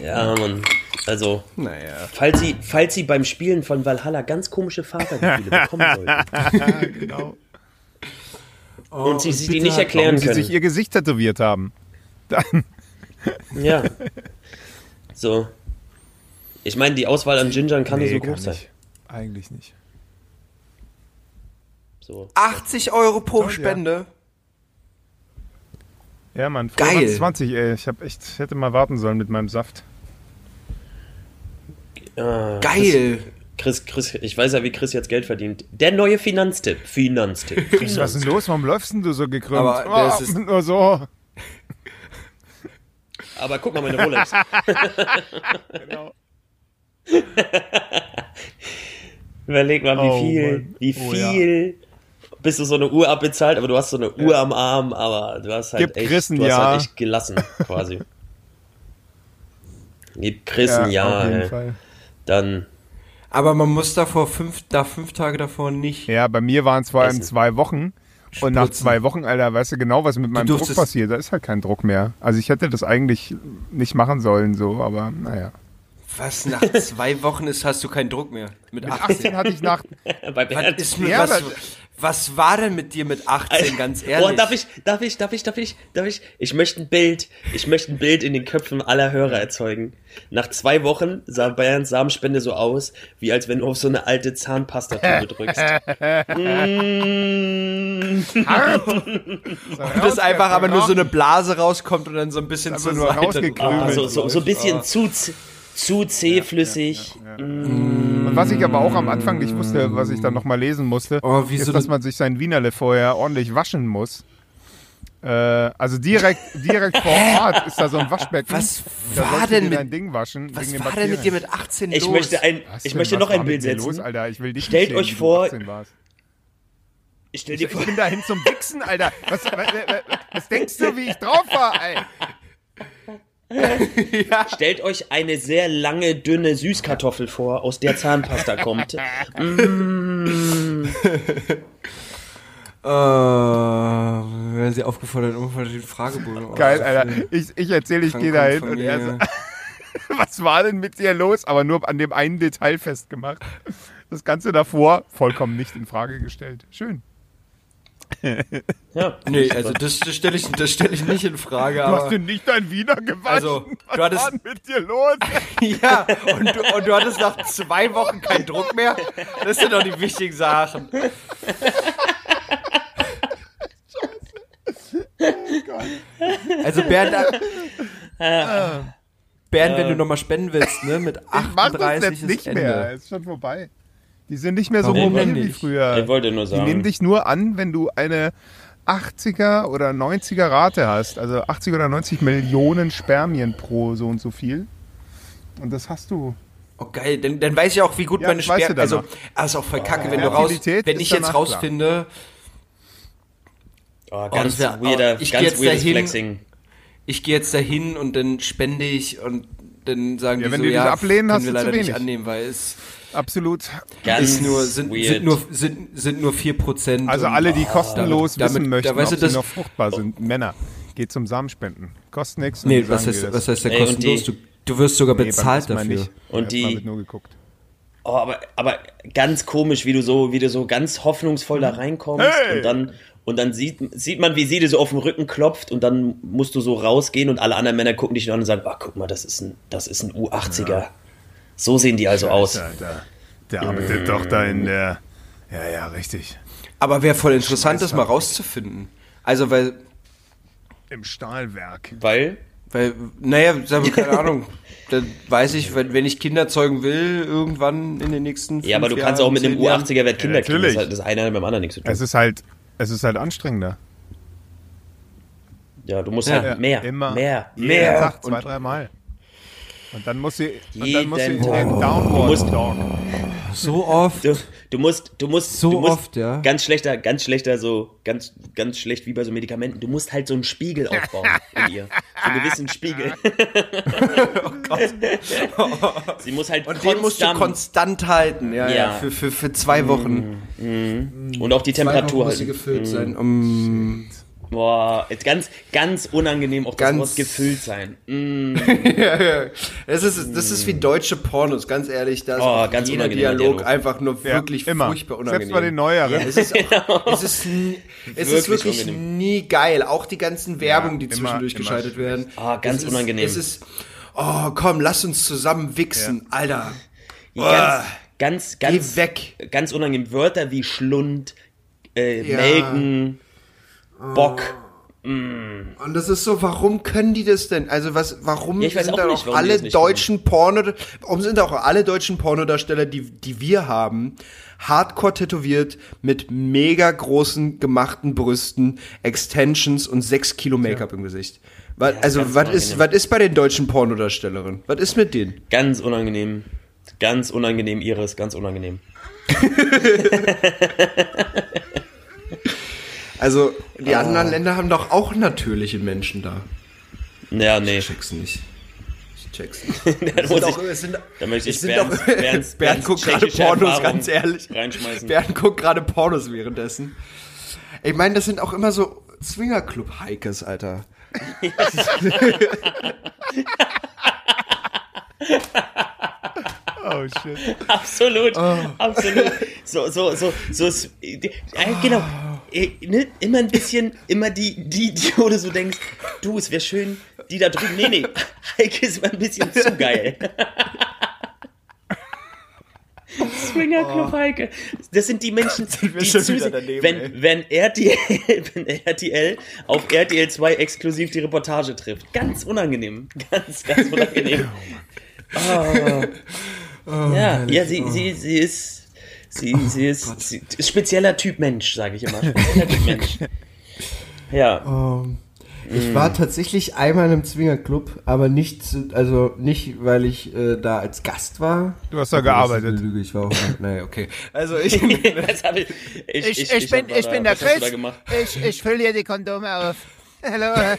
Speaker 4: Ja, Mann. Also,
Speaker 5: Naja.
Speaker 4: falls Sie, falls Sie beim Spielen von Valhalla ganz komische Vatergefühle bekommen sollten
Speaker 3: Genau.
Speaker 4: und Sie sie die nicht erklären
Speaker 3: Wenn sie sich
Speaker 4: können.
Speaker 3: ihr Gesicht tätowiert haben. Dann,
Speaker 4: Ja. So. Ich meine, die Auswahl an Gingern kann
Speaker 3: Nee,
Speaker 4: nicht so
Speaker 3: kann
Speaker 4: groß sein.
Speaker 3: nicht. Eigentlich nicht.
Speaker 4: So.
Speaker 5: 80 Euro pro Spende.
Speaker 3: Ja, Mann,
Speaker 5: Geil.
Speaker 3: 20, ey. Ich hab echt, ich hätte mal warten sollen mit meinem Saft.
Speaker 4: Ah,
Speaker 5: Geil.
Speaker 4: Chris, Chris, ich weiß ja, wie Chris jetzt Geld verdient. Der neue Finanztipp. Finanztipp.
Speaker 3: Was ist denn los? Warum läufst denn du so gekrümmt? Oh,
Speaker 5: Aber das ist-
Speaker 3: nur so.
Speaker 4: Aber guck mal, meine Rolex.
Speaker 3: Genau.
Speaker 4: Überleg mal, wie
Speaker 3: Oh,
Speaker 4: viel,
Speaker 3: Mann.
Speaker 4: wie
Speaker 3: Oh,
Speaker 4: viel bist du so eine Uhr abbezahlt, aber du hast so eine Uhr am Arm, aber du hast halt
Speaker 3: Gib
Speaker 4: echt,
Speaker 3: Chris ein
Speaker 4: du hast
Speaker 3: Jahr.
Speaker 4: halt echt gelassen, quasi. Gib Chris ein
Speaker 3: auf
Speaker 4: Jahr,
Speaker 3: jeden
Speaker 4: ey.
Speaker 3: Fall.
Speaker 4: dann
Speaker 5: Aber man muss davor fünf, da fünf Tage davor nicht.
Speaker 3: Ja, bei mir waren es vor allem
Speaker 4: Essen.
Speaker 3: zwei Wochen. Und nach
Speaker 5: Spritzen.
Speaker 3: zwei Wochen, Alter, weißt du genau, was mit meinem Druck
Speaker 5: durftest-
Speaker 3: passiert. Da ist halt kein Druck mehr. Also ich hätte das eigentlich nicht machen sollen, so, aber naja.
Speaker 5: Was, nach zwei Wochen ist, hast du keinen Druck mehr. Mit 18.
Speaker 3: 18 hatte ich nach.
Speaker 4: bei
Speaker 5: Was, ist mit,
Speaker 3: Ja,
Speaker 5: was,
Speaker 3: aber-
Speaker 5: was war denn mit dir mit 18, ganz ehrlich?
Speaker 4: Oh, darf ich, darf ich, darf ich, darf ich, darf ich? Ich möchte ein Bild, ich möchte ein Bild in den Köpfen aller Hörer erzeugen. Nach zwei Wochen sah Bayerns Samenspende so aus, wie als wenn du auf so eine alte Zahnpastatube drückst. Mm.
Speaker 5: Bis einfach aber nur so eine Blase rauskommt und dann so ein bisschen
Speaker 3: Einfach
Speaker 5: zur
Speaker 3: nur
Speaker 5: Seite.
Speaker 3: rausgekrümelt.
Speaker 4: Ah, so, so, so ein bisschen zu, z- zu zähflüssig.
Speaker 3: Und was ich aber auch am Anfang nicht wusste, was ich dann nochmal lesen musste,
Speaker 5: Oh, wie
Speaker 3: ist,
Speaker 5: so
Speaker 3: dass
Speaker 5: eine-
Speaker 3: man sich sein Wienerle vorher ordentlich waschen muss. Äh, also direkt, direkt vor Ort ist da so ein Waschbecken.
Speaker 5: Was
Speaker 3: da
Speaker 5: war
Speaker 3: sollst du
Speaker 5: denn
Speaker 3: dir
Speaker 5: mit-
Speaker 3: dein Ding waschen?
Speaker 5: Was
Speaker 3: wegen den
Speaker 5: war denn mit dir
Speaker 3: Bakterien.
Speaker 5: mit 18 los?
Speaker 4: Ich möchte ein,
Speaker 3: Was
Speaker 4: ich
Speaker 3: denn?
Speaker 4: möchte
Speaker 3: Was
Speaker 4: noch
Speaker 3: war
Speaker 4: ein
Speaker 3: mit
Speaker 4: Bild
Speaker 3: dir Los,
Speaker 4: setzen.
Speaker 3: Alter? Ich will dich
Speaker 4: Stellt
Speaker 3: nicht sehen,
Speaker 4: euch
Speaker 3: wie du
Speaker 4: vor-
Speaker 3: 18 warst.
Speaker 4: Ich stell dir
Speaker 3: Ich
Speaker 4: vor,
Speaker 3: bin dahin zum Wichsen, Alter. Was, was, was, was denkst du, wie ich drauf war, ey?
Speaker 4: stellt euch eine sehr lange, dünne Süßkartoffel vor, aus der Zahnpasta kommt.
Speaker 5: Äh, werden sie aufgefordert, irgendwann den Fragebogen
Speaker 3: Geil, Alter. Ich, ich erzähle, ich gehe dahin und er so,
Speaker 5: Familie.
Speaker 3: was war denn mit dir los? Aber nur an dem einen Detail festgemacht. Das Ganze davor vollkommen nicht in Frage gestellt. Schön.
Speaker 4: Ja.
Speaker 5: Nee, also das, das stelle ich, das stell ich nicht in Frage,
Speaker 3: Du hast
Speaker 5: aber.
Speaker 3: denn nicht dein Wiener gewaschen?
Speaker 5: Also,
Speaker 3: was
Speaker 5: du hattest-
Speaker 3: war denn mit dir los?
Speaker 5: Ja, und du, und du hattest nach zwei Wochen keinen Druck mehr. Das sind doch die wichtigen Sachen. Also Bernd, äh, Bernd, wenn du nochmal spenden willst, ne, mit
Speaker 3: Mach das
Speaker 5: 38
Speaker 3: jetzt
Speaker 5: ist
Speaker 3: nicht
Speaker 5: Ende.
Speaker 3: mehr. Ist schon vorbei. Die sind nicht mehr so
Speaker 5: Warum
Speaker 3: mobil
Speaker 5: denn
Speaker 3: wie
Speaker 5: nicht?
Speaker 4: Ich
Speaker 3: früher.
Speaker 4: wollte nur
Speaker 3: Die nehmen
Speaker 4: sagen.
Speaker 3: dich nur an, wenn du eine 80er oder 90er Rate hast. Also 80 oder 90 Millionen Spermien pro so und so viel. Und das hast du.
Speaker 5: Oh geil, dann, dann weiß ich auch, wie gut
Speaker 3: Ja,
Speaker 5: meine
Speaker 3: das weißt
Speaker 5: Sperr...
Speaker 3: du
Speaker 5: Also,
Speaker 3: danach.
Speaker 5: ah, ist auch voll kacke, wenn du raus...
Speaker 3: Fertilität
Speaker 5: Wenn
Speaker 3: ist
Speaker 5: ich jetzt
Speaker 3: danach
Speaker 5: rausfinde,
Speaker 4: Oh,
Speaker 5: Oh,
Speaker 4: ganz
Speaker 5: das wär- oh,
Speaker 4: weirder,
Speaker 5: ich geh
Speaker 4: ganz
Speaker 5: jetzt
Speaker 4: weirdes
Speaker 5: dahin.
Speaker 4: Flexing.
Speaker 5: ich gehe jetzt dahin und dann spende ich und dann sagen
Speaker 3: Ja,
Speaker 5: die
Speaker 3: wenn
Speaker 5: so,
Speaker 3: die dich
Speaker 5: ja,
Speaker 3: ablehnen,
Speaker 5: können
Speaker 3: hast
Speaker 5: wir
Speaker 3: du zu
Speaker 5: leider nicht
Speaker 3: wenig.
Speaker 5: annehmen, weil es
Speaker 3: Absolut.
Speaker 4: Ganz
Speaker 5: ist nur, sind,
Speaker 4: weird.
Speaker 5: sind nur, sind, sind nur 4%.
Speaker 3: Also
Speaker 5: und-
Speaker 3: alle, die kostenlos
Speaker 5: damit-
Speaker 3: wissen
Speaker 5: da
Speaker 3: möchten,
Speaker 5: weißt du,
Speaker 3: ob sie
Speaker 5: das-
Speaker 3: noch fruchtbar sind, Männer, geht zum Samenspenden. Kostet nichts.
Speaker 5: Nee, was heißt, was heißt der
Speaker 4: Ey, und
Speaker 5: kostenlos?
Speaker 4: die-
Speaker 5: Du, du wirst sogar bezahlt dafür.
Speaker 4: Und die-
Speaker 3: Mal wird nur geguckt.
Speaker 4: Oh, aber, aber ganz komisch, wie du so, wie du so ganz hoffnungsvoll
Speaker 5: Hm.
Speaker 4: da reinkommst
Speaker 3: Hey!
Speaker 4: und dann, und dann sieht, sieht man, wie sie dir so auf den Rücken klopft und dann musst du so rausgehen und alle anderen Männer gucken dich an und sagen, ah, guck mal, das ist ein, das ist ein U80er. So sehen die also aus.
Speaker 3: Alter, der arbeitet doch da in der. Ja, ja, richtig.
Speaker 5: Aber wäre voll interessant, das mal rauszufinden. Also, weil,
Speaker 3: Im Stahlwerk.
Speaker 4: Weil,
Speaker 5: weil, naja, sag mal, keine Ahnung. Dann weiß ich, wenn, wenn ich Kinder zeugen will, irgendwann in den nächsten
Speaker 4: ja, aber du
Speaker 5: fünf
Speaker 4: kannst
Speaker 5: Jahren,
Speaker 4: auch mit einem
Speaker 5: zehn Jahren-
Speaker 4: U80er Wert Kinder kriegen. Das,
Speaker 3: natürlich.
Speaker 4: hat- das eine hat mit dem anderen nichts zu
Speaker 5: Also,
Speaker 4: tun.
Speaker 3: Es ist halt, es ist halt anstrengender.
Speaker 4: Ja, du musst
Speaker 5: Ja.
Speaker 4: halt mehr,
Speaker 3: Immer.
Speaker 4: mehr,
Speaker 3: jeden
Speaker 4: mehr.
Speaker 3: Tag, zwei, dreimal. Und dann muss sie, und dann muss sie in
Speaker 4: Jeden
Speaker 3: den
Speaker 4: Tag. Du musst-
Speaker 3: Downward Dog.
Speaker 5: So oft.
Speaker 4: Du, du musst, du musst,
Speaker 5: So
Speaker 4: du musst
Speaker 5: oft, ja.
Speaker 4: ganz schlechter, ganz schlechter so, ganz, ganz schlecht wie bei so Medikamenten. Du musst halt so einen Spiegel aufbauen in ihr, so einen gewissen Spiegel. Sie muss halt
Speaker 2: Oh Und den musst du konstant halten, ja, ja.
Speaker 4: Ja.
Speaker 2: für, für, für zwei Wochen.
Speaker 4: und auch die Temperatur
Speaker 5: muss sie
Speaker 4: halten. Mhm.
Speaker 5: gefüllt sein. Um,
Speaker 4: Boah, jetzt ganz, ganz unangenehm auch das
Speaker 2: Ganz-
Speaker 4: Wort gefüllt sein. Mm,
Speaker 2: Das, ist, das ist wie deutsche Pornos, ganz ehrlich. Da ist
Speaker 4: Oh,
Speaker 2: auch
Speaker 4: ganz
Speaker 2: jeder
Speaker 4: unangenehmer
Speaker 2: Dialog,
Speaker 4: Dialog.
Speaker 2: einfach nur
Speaker 3: Ja,
Speaker 2: wirklich
Speaker 3: immer.
Speaker 2: furchtbar
Speaker 3: Selbst
Speaker 2: unangenehm.
Speaker 3: bei den neueren.
Speaker 2: Es ist, auch, es ist, n- es ist
Speaker 4: Wirklich
Speaker 2: wirklich
Speaker 4: unangenehm.
Speaker 2: nie geil. Auch die ganzen Werbung, die
Speaker 3: immer-
Speaker 2: zwischendurch
Speaker 3: immer
Speaker 2: geschaltet werden.
Speaker 4: Ah, ganz
Speaker 2: es
Speaker 4: unangenehm.
Speaker 2: Ist, es ist, oh komm, lass uns zusammen wichsen, Alter.
Speaker 4: ganz, ganz, ganz,
Speaker 2: Geh weg.
Speaker 4: ganz unangenehm. Wörter wie Schlund, äh,
Speaker 2: Ja. Ah.
Speaker 4: Melken, Bock.
Speaker 2: Und das ist so, warum können die das denn? Also was, warum
Speaker 4: Ja, ich weiß
Speaker 2: sind
Speaker 4: auch
Speaker 2: da
Speaker 4: nicht,
Speaker 2: auch
Speaker 4: warum die
Speaker 2: alle
Speaker 4: das nicht
Speaker 2: deutschen Porno, warum sind da auch alle deutschen Pornodarsteller, die, die wir haben, hardcore tätowiert mit mega großen gemachten Brüsten, Extensions und sechs Kilo Make-up im Gesicht? Was, also
Speaker 4: ganz
Speaker 2: was ist, was
Speaker 4: unangenehm.
Speaker 2: ist bei den deutschen Pornodarstellerinnen? Was ist mit denen?
Speaker 4: Ganz unangenehm. Ganz unangenehm, Iris, ganz unangenehm.
Speaker 2: Also die anderen Länder haben doch auch natürliche Menschen da.
Speaker 4: Ja, nee.
Speaker 2: Check's nicht. Ich check's nicht.
Speaker 4: Da, muss ich,
Speaker 2: es sind,
Speaker 4: da möchte ich
Speaker 2: es sind
Speaker 4: Bernd,
Speaker 2: auch-
Speaker 4: Bernds,
Speaker 2: Bernd
Speaker 4: Bernds
Speaker 2: guckt gerade
Speaker 4: tschechische
Speaker 2: Pornos,
Speaker 4: Erfahrung
Speaker 2: ganz ehrlich.
Speaker 4: Reinschmeißen.
Speaker 2: Bernd guckt gerade Pornos währenddessen. Ich meine, das sind auch immer so Swingerclub-Hikes, Alter.
Speaker 3: Oh shit.
Speaker 4: Absolut,
Speaker 2: Ah.
Speaker 4: absolut. So, so, so, so. ist- äh, äh, genau.
Speaker 2: Ah.
Speaker 4: Äh, ne? Immer ein bisschen, immer die, die, die, wo du so denkst, du, es wäre schön, die da drüben. Nee, nee, Heike ist immer ein bisschen zu geil. Swinger Club Heike. Das sind die Menschen, die
Speaker 2: Ah. schon
Speaker 4: zu,
Speaker 2: wieder daneben,
Speaker 4: wenn, wenn, RTL, wenn RTL auf RTL 2 exklusiv die Reportage trifft. Ganz unangenehm. Ganz, ganz unangenehm. Ja, ja sie, sie, sie ist. Sie, sie ist. sie, ist spezieller Typ Mensch, sage ich immer. Spezieller Typ Mensch. Ja.
Speaker 5: Ähm, Ich war tatsächlich einmal in einem Zwingerclub, aber nicht, zu- also nicht, weil ich äh, da als Gast war.
Speaker 3: Du hast da
Speaker 5: Obwohl, das ist
Speaker 3: gearbeitet.
Speaker 5: eine Lüge, ich war auch. naja, okay. Oh
Speaker 2: Also ich,
Speaker 4: Was hab ich, ich, ich, ich, bin, ich bin der Chris.
Speaker 8: Ich, ich fülle hier die Kondome auf. Hallo. äh,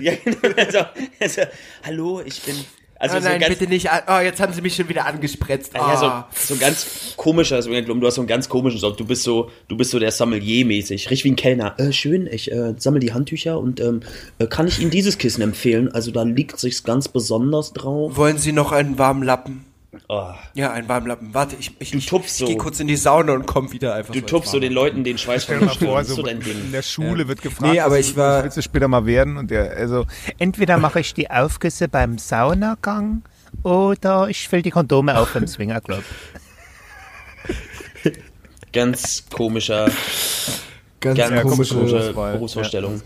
Speaker 4: Ja, genau, also, also, hallo, ich bin. Also
Speaker 5: oh
Speaker 4: so
Speaker 5: nein,
Speaker 4: ganz,
Speaker 5: bitte nicht. an- Oh, jetzt haben sie mich schon wieder angespretzt.
Speaker 4: Ja,
Speaker 5: Ah.
Speaker 4: so, so ein ganz komischer Swingerclub. Du hast so einen ganz komischen Job. Du bist so, du bist so der Sommelier-mäßig. Richtig wie ein Kellner. Äh, schön, ich äh, sammle die Handtücher und ähm, äh, kann ich Ihnen dieses Kissen empfehlen? Also da liegt sich's ganz besonders drauf.
Speaker 5: Wollen Sie noch einen warmen Lappen?
Speaker 4: Oh.
Speaker 5: Ja, einen warmen Lappen. Warte, ich, ich,
Speaker 4: Du
Speaker 5: ich,
Speaker 4: tupfst
Speaker 5: ich
Speaker 4: so.
Speaker 5: geh kurz in die Sauna und komm wieder einfach.
Speaker 4: Du
Speaker 5: so als
Speaker 4: tupfst so
Speaker 5: warmer.
Speaker 4: den Leuten den Schweiß von
Speaker 3: Stell dir
Speaker 4: der
Speaker 3: mal
Speaker 4: Stirn.
Speaker 3: vor,
Speaker 4: Das ist so
Speaker 3: so ne-
Speaker 4: dein Ding.
Speaker 3: in der Schule wird gefragt,
Speaker 5: Nee, aber
Speaker 3: was
Speaker 5: ich
Speaker 3: du-
Speaker 5: war-
Speaker 3: was willst du später mal werden? Und der, also,
Speaker 8: Entweder mache ich die Aufgüsse beim Saunagang oder ich fülle die Kondome auf beim Swingerclub.
Speaker 4: Ganz komischer,
Speaker 5: Ganz
Speaker 4: ganz
Speaker 3: komische
Speaker 4: komische,
Speaker 3: Auswahl.
Speaker 4: Berufsvorstellung.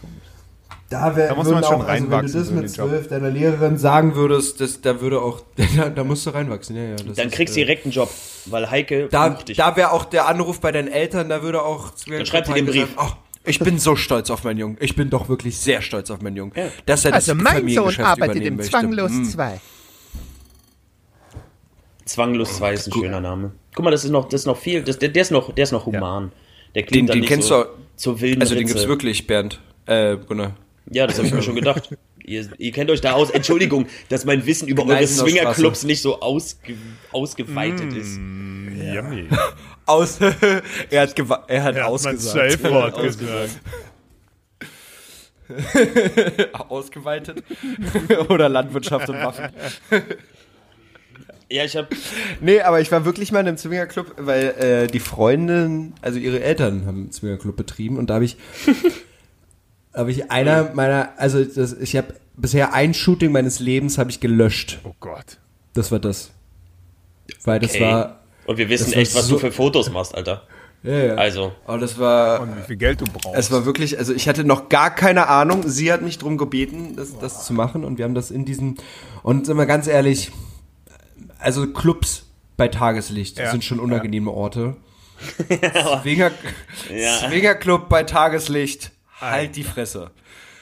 Speaker 5: Da, wär,
Speaker 3: Da muss man
Speaker 5: würden
Speaker 3: schon
Speaker 5: auch, also Wenn du
Speaker 3: reinwachsen,
Speaker 5: das
Speaker 3: so in
Speaker 5: mit
Speaker 3: den Job.
Speaker 5: zwölf deiner Lehrerin sagen würdest, das, da würde auch, da, da musst du reinwachsen. Ja, ja, das
Speaker 4: Dann
Speaker 5: ist,
Speaker 4: kriegst du
Speaker 5: äh,
Speaker 4: direkt einen Job, weil Heike
Speaker 5: Da,
Speaker 4: bucht dich.
Speaker 5: da wäre auch der Anruf bei deinen Eltern, da würde auch. Dann
Speaker 4: schreibt sie den Brief.
Speaker 5: Ach, ich bin so stolz auf meinen Jungen. Ich bin doch wirklich sehr stolz auf meinen Jungen. Dass er das
Speaker 8: Also mein Sohn
Speaker 5: Familiengeschäft
Speaker 8: arbeitet
Speaker 5: übernehmen
Speaker 8: im
Speaker 5: möchte. Hm.
Speaker 8: Zwanglos 2.
Speaker 4: Zwanglos 2 ist ein schöner Name. Guck mal, das ist noch, das ist noch viel, das, der, der ist noch, der ist noch human. Der klingt
Speaker 5: Den-
Speaker 4: dann
Speaker 5: den
Speaker 4: nicht
Speaker 5: kennst
Speaker 4: so,
Speaker 5: du auch-
Speaker 4: zur wilden
Speaker 5: Also den
Speaker 4: Ritze.
Speaker 5: gibt's wirklich, Bernd. Äh, Gunnar.
Speaker 4: Ja, das habe ich mir schon gedacht. Ihr, ihr kennt euch da aus. Entschuldigung, dass mein Wissen über eure
Speaker 5: Kneisener
Speaker 4: Swingerclubs nicht so ausge, ausgeweitet ist.
Speaker 5: Mm.
Speaker 3: yummy.
Speaker 5: Aus. er hat, gewa- er
Speaker 3: Er
Speaker 5: hat
Speaker 3: hat mein
Speaker 5: ausgesagt.
Speaker 3: Safe-Wort gesagt.
Speaker 5: Ausgeweitet. Oder Landwirtschaft und Waffen.
Speaker 4: Ja, ich habe
Speaker 5: Nee, aber ich war wirklich mal in einem Zwingerclub, weil äh, die Freundin, also ihre Eltern haben einen Zwingerclub betrieben und da habe ich, habe ich einer meiner, also das, ich habe bisher ein Shooting meines Lebens habe ich gelöscht.
Speaker 3: Oh Gott.
Speaker 5: Das war das, weil das
Speaker 4: Okay.
Speaker 5: war,
Speaker 4: und wir wissen
Speaker 5: Das war
Speaker 4: echt, was
Speaker 5: so-
Speaker 4: du für Fotos machst, Alter.
Speaker 5: ja, ja.
Speaker 4: Also,
Speaker 5: oh, das war,
Speaker 3: Und wie viel Geld du brauchst.
Speaker 5: es war wirklich, also ich hatte noch gar keine Ahnung. Sie hat mich drum gebeten, das, das zu machen und wir haben das in diesem, und sind wir ganz ehrlich, also Clubs bei Tageslicht
Speaker 3: Ja,
Speaker 5: sind schon
Speaker 3: ja.
Speaker 5: unangenehme Orte. Swinger,
Speaker 4: Ja.
Speaker 5: Swingerclub bei Tageslicht, halt die Fresse.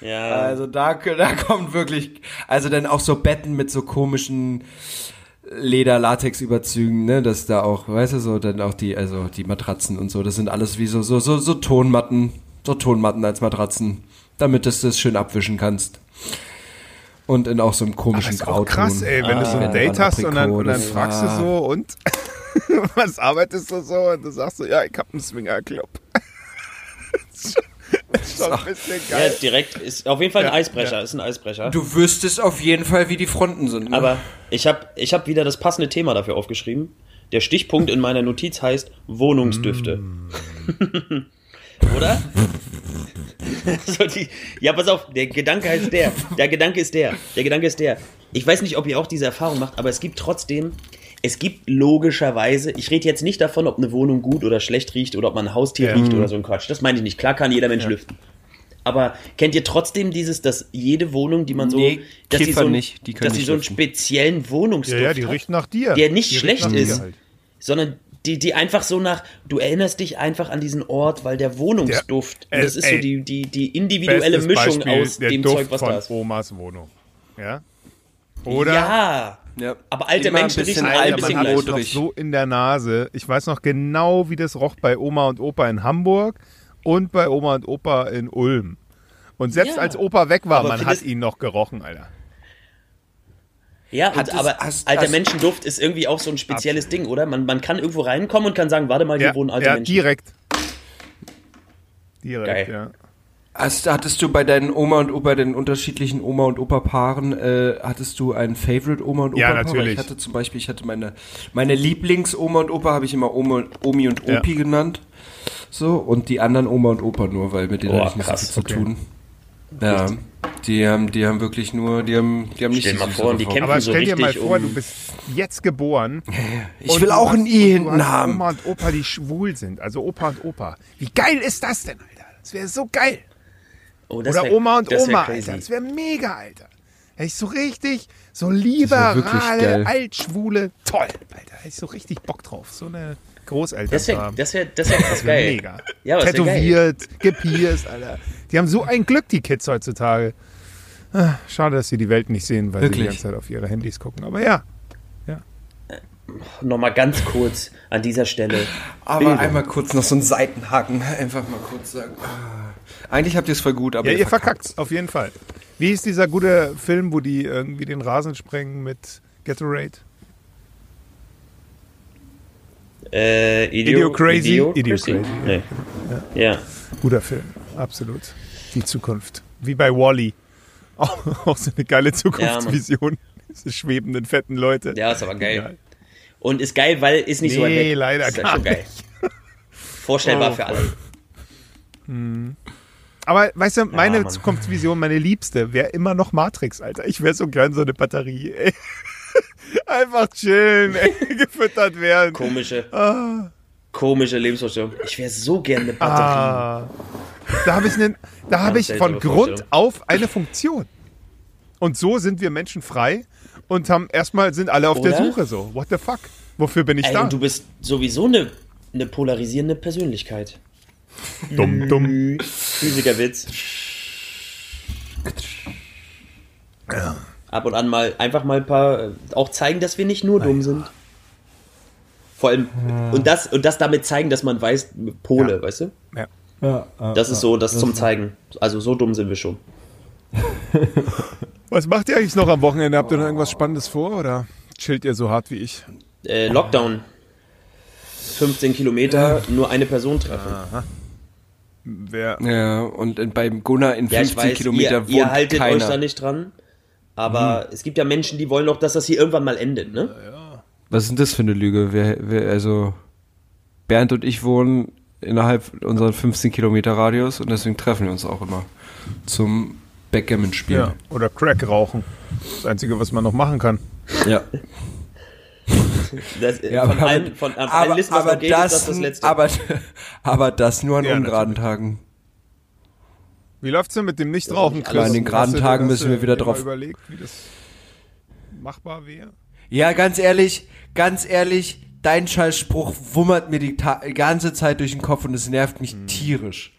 Speaker 4: ja,
Speaker 5: Also da, da kommt wirklich, also dann auch so Betten mit so komischen Leder-Latex-Überzügen, ne, dass da auch, weißt du, so dann auch die, also die Matratzen und so, das sind alles wie so, so, so, so Tonmatten, so Tonmatten als Matratzen, damit du das schön abwischen kannst. Und in auch so einem komischen
Speaker 3: ist auch
Speaker 5: Grauton.
Speaker 3: krass, ey, wenn du so ein Date hast und dann, und dann
Speaker 5: Ah, Aprikot,
Speaker 3: fragst du
Speaker 5: das
Speaker 3: so und was arbeitest du so und du sagst so, ja, ich hab einen Swingerclub. das ist schon ein bisschen
Speaker 4: Ja,
Speaker 3: geil.
Speaker 4: direkt ist auf jeden Fall ein Eisbrecher, ist ein Eisbrecher.
Speaker 5: Du wüsstest auf jeden Fall, wie die Fronten sind. Ne?
Speaker 4: Aber ich habe ich hab wieder das passende Thema dafür aufgeschrieben. Der Stichpunkt in meiner Notiz heißt Wohnungsdüfte. Oder? so die, ja, pass auf, der Gedanke heißt der. Der Gedanke ist der. Der Gedanke ist der. Ich weiß nicht, ob ihr auch diese Erfahrung macht, aber es gibt trotzdem, es gibt logischerweise, ich rede jetzt nicht davon, ob eine Wohnung gut oder schlecht riecht oder ob man ein Haustier riecht oder so ein Quatsch. Das meine ich nicht. Klar kann jeder Mensch lüften. Aber kennt ihr trotzdem dieses, dass jede Wohnung, die man so,
Speaker 5: Nee,
Speaker 4: dass sie
Speaker 5: Kiffer
Speaker 4: so, ein-
Speaker 5: nicht, die können
Speaker 4: dass sie
Speaker 5: nicht
Speaker 4: so einen
Speaker 5: lüften.
Speaker 4: speziellen Wohnungsduft
Speaker 3: Ja, ja, die
Speaker 4: hat,
Speaker 3: riecht nach dir.
Speaker 4: der nicht
Speaker 3: Die riecht
Speaker 4: schlecht
Speaker 3: nach dir
Speaker 4: ist,
Speaker 3: halt.
Speaker 4: sondern die, die einfach so nach, du erinnerst dich einfach an diesen Ort, weil der Wohnungsduft,
Speaker 3: Der-
Speaker 4: und das ist
Speaker 3: ey,
Speaker 4: so die, die, die individuelle
Speaker 3: Bestes
Speaker 4: Mischung
Speaker 3: Beispiel,
Speaker 4: aus
Speaker 3: der
Speaker 4: dem
Speaker 3: Duft
Speaker 4: Zeug, was
Speaker 3: von
Speaker 4: da ist.
Speaker 3: Omas Wohnung. Ja? Oder?
Speaker 4: Ja,
Speaker 5: Ja.
Speaker 4: aber alte
Speaker 5: Immer ein
Speaker 4: Menschen riechen
Speaker 5: bisschen
Speaker 4: alle
Speaker 5: alt,
Speaker 4: ein
Speaker 3: Alter,
Speaker 4: bisschen
Speaker 3: man hat
Speaker 4: gleich.
Speaker 3: es noch so
Speaker 5: modrig.
Speaker 3: in der Nase. Ich weiß noch genau, wie das roch bei Oma und Opa in Hamburg und bei Oma und Opa in Ulm. Und selbst
Speaker 4: Ja.
Speaker 3: als Opa weg war,
Speaker 4: Aber
Speaker 3: man hat
Speaker 4: findest-
Speaker 3: ihn noch gerochen, Alter.
Speaker 4: Ja,
Speaker 5: Hat
Speaker 4: und,
Speaker 5: es-
Speaker 4: aber
Speaker 5: hast-
Speaker 4: alter
Speaker 5: hast-
Speaker 4: Menschenduft ist irgendwie auch so ein spezielles Ding, oder? Man, man kann irgendwo reinkommen und kann sagen, warte mal, hier
Speaker 3: Ja,
Speaker 4: wohnen alte
Speaker 3: ja
Speaker 4: Menschen.
Speaker 3: direkt. Direkt,
Speaker 4: Geil.
Speaker 3: ja.
Speaker 5: Hast, hattest du bei deinen Oma und Opa, den unterschiedlichen Oma und Opa-Paaren, äh, hattest du einen Favorite Oma und Opa?
Speaker 3: Ja,
Speaker 5: Paar?
Speaker 3: natürlich.
Speaker 5: Ich hatte zum Beispiel, ich hatte meine, meine Lieblings-Oma und Opa habe ich immer Oma, und- Omi und
Speaker 3: Ja.
Speaker 5: Opi genannt. So, und die anderen Oma und Opa nur, weil mit denen
Speaker 4: Oh,
Speaker 5: hatte ich nicht
Speaker 4: krass,
Speaker 5: so viel zu tun. Ja, die haben, die haben wirklich nur, die haben, die haben nicht
Speaker 4: Stell
Speaker 5: so
Speaker 4: mal
Speaker 5: süße
Speaker 4: vor, und die
Speaker 5: Erfahrungen.
Speaker 4: kämpfen
Speaker 3: Aber
Speaker 4: so
Speaker 3: stell dir mal
Speaker 4: richtig
Speaker 3: vor,
Speaker 4: um-
Speaker 3: du bist jetzt geboren.
Speaker 5: Ich will auch ein I hinten haben.
Speaker 3: Oma und Opa, die schwul sind. Also Opa und Opa. Wie geil ist das denn, Alter? Das wäre so geil.
Speaker 4: Oh, das
Speaker 3: Oder
Speaker 4: wär-
Speaker 3: Oma und
Speaker 4: das wär
Speaker 3: Oma,
Speaker 4: crazy.
Speaker 3: Alter. Das wäre mega, Alter. Hätte ich so richtig, so
Speaker 5: wär wirklich geil.
Speaker 3: liberale, altschwule, toll, Alter. Hätte ich so richtig Bock drauf. So eine Großeltern
Speaker 4: Das
Speaker 3: zu
Speaker 4: wäre
Speaker 3: haben.
Speaker 4: das wär, das wär krass
Speaker 3: Das wär
Speaker 4: geil.
Speaker 3: mega.
Speaker 4: Ja, aber das wär geil.
Speaker 3: Tätowiert, gepierst, Alter. Die haben so ein Glück, die Kids heutzutage. Ah, Schade, dass sie die Welt nicht sehen, weil sie die
Speaker 5: Wirklich.
Speaker 3: ganze Zeit auf ihre Handys gucken. Aber ja,
Speaker 4: Nochmal ganz kurz an dieser Stelle.
Speaker 5: Aber einmal kurz noch so einen Seitenhaken, einfach mal kurz sagen. Ah. Eigentlich habt ihr es voll gut, aber
Speaker 3: ja ihr
Speaker 5: verkackt.
Speaker 3: verkackt's, auf jeden Fall. Wie ist dieser gute Film, wo die irgendwie den Rasen sprengen mit Gatorade?
Speaker 4: Äh,
Speaker 3: Idio Crazy? Idio
Speaker 4: Crazy.
Speaker 3: Crazy,
Speaker 4: Nee. Ja.
Speaker 3: Guter Film, absolut. Die Zukunft. Wie bei Wally. Auch, auch so eine geile Zukunftsvision. Diese schwebenden, fetten Leute.
Speaker 4: ja, ist aber geil.
Speaker 3: Egal.
Speaker 4: Und ist geil, weil ist nicht so weit
Speaker 3: Nee,
Speaker 4: weg.
Speaker 3: leider
Speaker 4: ist ja
Speaker 3: gar Oh,
Speaker 4: schon geil. Vorstellbar für alle.
Speaker 3: Aber weißt du, meine
Speaker 4: Mann.
Speaker 3: Zukunftsvision, meine Liebste, wäre immer noch Matrix, Alter. Ich wäre so gern so eine Batterie, ey. Einfach chillen, ey. gefüttert werden.
Speaker 4: Komische, komische Lebensvorstellung. Ich wäre so gerne eine Batterie.
Speaker 3: Ah. Ah. Da habe ich, nen- da hab
Speaker 4: Ganz
Speaker 3: ich von
Speaker 4: seltsame
Speaker 3: Grund
Speaker 4: Vorstellung.
Speaker 3: auf eine Funktion. Und so sind wir Menschen frei und haben erstmal sind alle auf der
Speaker 4: Oder?
Speaker 3: Suche so. What the fuck? Wofür bin ich
Speaker 4: Ey,
Speaker 3: da?
Speaker 4: und du bist sowieso eine, eine polarisierende Persönlichkeit.
Speaker 3: dumm, dumm.
Speaker 4: Physikerwitz. Ab und an mal einfach mal ein paar äh, auch zeigen, dass wir nicht nur dumm sind. Vor allem und das und das damit zeigen, dass man weiß Pole, weißt du?
Speaker 3: Hm. Ja.
Speaker 4: Das ist so das zum zeigen. Also so dumm sind wir schon.
Speaker 3: Was macht ihr eigentlich noch am Wochenende? Habt ihr noch irgendwas Spannendes vor oder chillt ihr so hart wie ich?
Speaker 4: Äh, Lockdown. 15 Kilometer, nur eine Person treffen.
Speaker 5: Ah.
Speaker 3: Wer?
Speaker 5: Ja, und in, beim Gunnar in
Speaker 4: Ja,
Speaker 5: 15
Speaker 4: ich weiß,
Speaker 5: Kilometer
Speaker 4: ihr, ihr
Speaker 5: wohnt
Speaker 4: haltet
Speaker 5: keiner.
Speaker 4: euch da nicht dran.
Speaker 3: Hm.
Speaker 4: Aber es gibt ja Menschen, die wollen doch, dass das hier irgendwann mal endet, ne?
Speaker 5: Was ist denn das für eine Lüge? Wer, wer, also Bernd und ich wohnen innerhalb unseren 15 Kilometer Radius und deswegen treffen wir uns auch immer zum Backgammon-Spielen.
Speaker 3: Ja. Oder Crack rauchen. Das Einzige, was man noch machen kann.
Speaker 5: Ja. ja.
Speaker 4: Das, äh, von allen, von von allen Listen, was
Speaker 5: aber
Speaker 4: noch geht, ist das das Letzte.
Speaker 5: Aber, aber das nur an
Speaker 3: Ja,
Speaker 5: ungeraden Tagen.
Speaker 3: Wie läuft's denn mit dem Nichtrauchen, Chris?
Speaker 5: An den
Speaker 3: Hast
Speaker 5: geraden
Speaker 3: du dir
Speaker 5: Tagen
Speaker 3: das,
Speaker 5: müssen wir
Speaker 3: äh,
Speaker 5: wieder
Speaker 3: dir mal
Speaker 5: drauf.
Speaker 3: überlegt, wie das machbar wäre?
Speaker 5: Ja, ganz ehrlich, ganz ehrlich, dein Scheißspruch wummert mir die Ta ganze Zeit durch den Kopf und es nervt mich tierisch.
Speaker 4: Uh,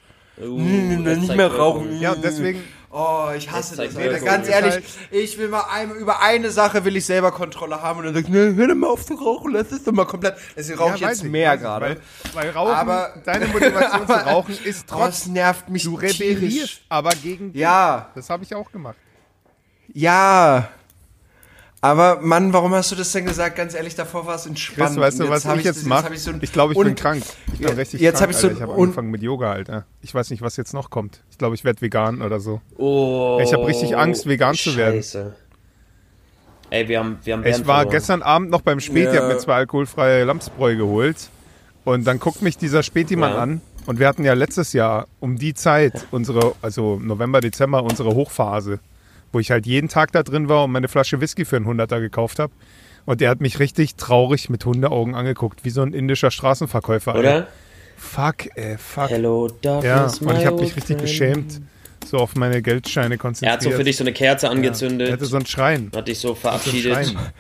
Speaker 5: Mm,
Speaker 4: das
Speaker 5: nicht
Speaker 4: zeigt
Speaker 5: mehr
Speaker 4: Wirkung.
Speaker 5: rauchen.
Speaker 3: Ja, und deswegen
Speaker 2: Oh, ich hasse
Speaker 4: Das
Speaker 2: das.
Speaker 4: zeigt
Speaker 2: Alter.
Speaker 4: Alkohol.
Speaker 2: Ganz ehrlich, ich will mal ein, über eine Sache will ich selber Kontrolle haben und dann sagst du, ne, hör doch mal auf zu rauchen, lass es doch mal komplett. Deswegen rauche ich
Speaker 3: Ja, weiß
Speaker 2: jetzt mehr
Speaker 3: weiß
Speaker 2: gerade.
Speaker 3: Weil, weil Rauchen,
Speaker 2: Aber-
Speaker 3: deine Motivation zu rauchen ist
Speaker 2: Oh, das
Speaker 3: trotzdem,
Speaker 2: nervt mich
Speaker 3: du
Speaker 2: tierisch.
Speaker 3: rebellierst, aber gegen
Speaker 2: Ja,
Speaker 3: Das habe ich auch gemacht.
Speaker 2: ja. Aber Mann, warum hast du das denn gesagt? Ganz ehrlich, davor war es entspannt.
Speaker 3: Chris, weißt
Speaker 2: Und
Speaker 3: du, was
Speaker 2: hab
Speaker 3: ich jetzt
Speaker 2: jetzt hab
Speaker 3: mache?
Speaker 2: Ich, so ein-
Speaker 3: Ich glaube, ich
Speaker 2: und-
Speaker 3: bin krank. Ich bin
Speaker 2: Ja,
Speaker 3: richtig
Speaker 2: jetzt
Speaker 3: krank,
Speaker 2: hab ich so
Speaker 3: Alter. Ich
Speaker 2: ein-
Speaker 3: habe
Speaker 2: und-
Speaker 3: angefangen mit Yoga, Alter. Ich weiß nicht, was jetzt noch kommt. Ich glaube, ich werde vegan oder so.
Speaker 4: Oh,
Speaker 3: Ich hab richtig Angst, vegan zu werden.
Speaker 4: Scheiße. Ey, wir haben, wir haben Bernd
Speaker 3: Ich war
Speaker 4: verloren.
Speaker 3: gestern Abend noch beim Späti, hab mir zwei alkoholfreie Lamsbräu geholt. Und dann guckt mich dieser Spätimann
Speaker 4: Ja.
Speaker 3: an. Und wir hatten ja letztes Jahr um die Zeit unsere, also November, Dezember, unsere Hochphase, wo ich halt jeden Tag da drin war und meine Flasche Whisky für einen Hunderter gekauft habe. Und der hat mich richtig traurig mit Hundeaugen angeguckt, wie so ein indischer Straßenverkäufer. Alter.
Speaker 4: Oder?
Speaker 3: Fuck, ey, fuck.
Speaker 4: Hello,
Speaker 3: Ja,
Speaker 4: darkness,
Speaker 3: und ich habe
Speaker 4: my
Speaker 3: mich
Speaker 4: old
Speaker 3: richtig
Speaker 4: friend.
Speaker 3: beschämt. So auf meine Geldscheine
Speaker 4: Er
Speaker 3: konzentriert.
Speaker 4: hat so für dich so eine Kerze
Speaker 3: Er
Speaker 4: angezündet.
Speaker 3: hatte so einen Schrein.
Speaker 4: hat dich so
Speaker 3: So einen
Speaker 4: verabschiedet.
Speaker 3: Schrein.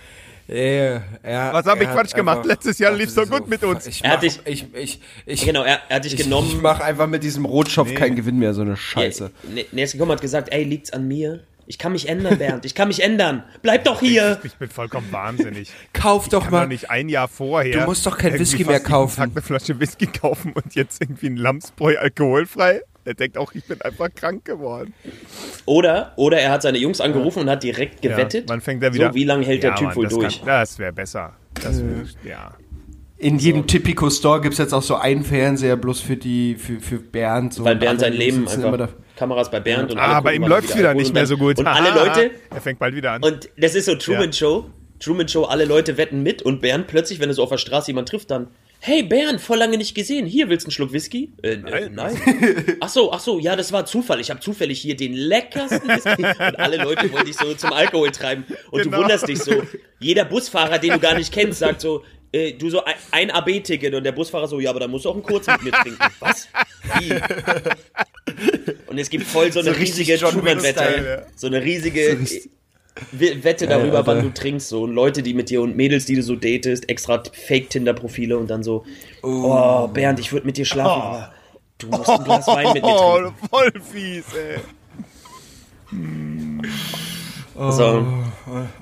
Speaker 5: Äh, er,
Speaker 3: Was hab
Speaker 5: er
Speaker 3: ich
Speaker 5: hat
Speaker 3: Quatsch gemacht?
Speaker 5: einfach-
Speaker 3: Letztes Jahr
Speaker 5: Ach,
Speaker 3: lief's
Speaker 5: das
Speaker 3: doch
Speaker 5: ist
Speaker 3: gut mit uns.
Speaker 5: Ich
Speaker 4: Er
Speaker 5: mach,
Speaker 4: hat dich-
Speaker 5: ich, ich, ich,
Speaker 4: Genau, er, er hat dich
Speaker 5: ich,
Speaker 4: genommen.
Speaker 5: Ich mache einfach mit diesem Rotschopf keinen Gewinn mehr, so eine Scheiße.
Speaker 4: Ne, ne, er ist gekommen und hat gesagt, ey, liegt's an mir? Ich kann mich ändern, Bernd. Ich kann mich ändern. Bleib doch hier.
Speaker 3: Ich bin vollkommen wahnsinnig.
Speaker 5: Kauf doch
Speaker 3: Kann
Speaker 5: mal.
Speaker 3: doch nicht ein Jahr vorher.
Speaker 5: Du musst doch kein
Speaker 3: irgendwie
Speaker 5: Whisky
Speaker 3: fast
Speaker 5: mehr
Speaker 3: jeden
Speaker 5: kaufen.
Speaker 3: Tag eine Flasche Whisky kaufen und jetzt irgendwie ein Lamsbräu alkoholfrei. Er denkt auch, ich bin einfach krank geworden.
Speaker 4: Oder, oder er hat seine Jungs angerufen und hat direkt gewettet.
Speaker 3: Wann fängt er wieder?
Speaker 4: So, wie lange hält
Speaker 3: Ja,
Speaker 4: der Typ
Speaker 3: Mann,
Speaker 4: wohl
Speaker 3: das
Speaker 4: durch?
Speaker 3: Kann, das wäre besser. Das wär, ja.
Speaker 5: In
Speaker 4: Also-
Speaker 5: jedem Tipico Store gibt's jetzt auch so einen Fernseher bloß für die, für, für Bernd. So
Speaker 4: Weil
Speaker 5: Und
Speaker 4: Bernd sein
Speaker 5: andere
Speaker 4: Leben
Speaker 5: sitzen immer
Speaker 4: einfach. Kameras bei Bernd und alle
Speaker 3: Ah, bei
Speaker 4: gucken,
Speaker 3: ihm
Speaker 4: wann
Speaker 3: läuft's wieder
Speaker 4: Alkohol
Speaker 3: nicht
Speaker 4: und
Speaker 3: mehr
Speaker 4: dann-
Speaker 3: so gut. Ah.
Speaker 4: Und alle
Speaker 3: Haha.
Speaker 4: Leute,
Speaker 3: Er fängt bald wieder an.
Speaker 4: und das ist so Truman
Speaker 3: Ja.
Speaker 4: Show. Truman Show, alle Leute wetten mit und Bernd plötzlich, wenn er so auf der Straße jemand trifft, dann. Hey Bernd, voll lange nicht gesehen. Hier willst du einen Schluck Whisky? Äh, äh, nein. Ach so, ach so, ja, das war Zufall. Ich habe zufällig hier den leckersten Whisky und alle Leute wollen dich so zum Alkohol treiben und
Speaker 3: Genau.
Speaker 4: du wunderst dich so. Jeder Busfahrer, den du gar nicht kennst, sagt so, äh, du so ein, ein AB-Ticket und der Busfahrer so, ja, aber dann musst du auch einen Kurz mit mir trinken. Was? Wie? Und es gibt voll so eine
Speaker 2: richtig
Speaker 4: riesige
Speaker 2: John
Speaker 4: Truman-Wette. So eine riesige We- Wette darüber, wann du trinkst, so und Leute, die mit dir und Mädels, die du so datest, extra Fake-Tinder-Profile und dann so, oh, Bernd, ich würde mit dir schlafen, aber du musst ein Glas Wein mit mir trinken.
Speaker 3: Oh, voll fies, ey.
Speaker 4: So,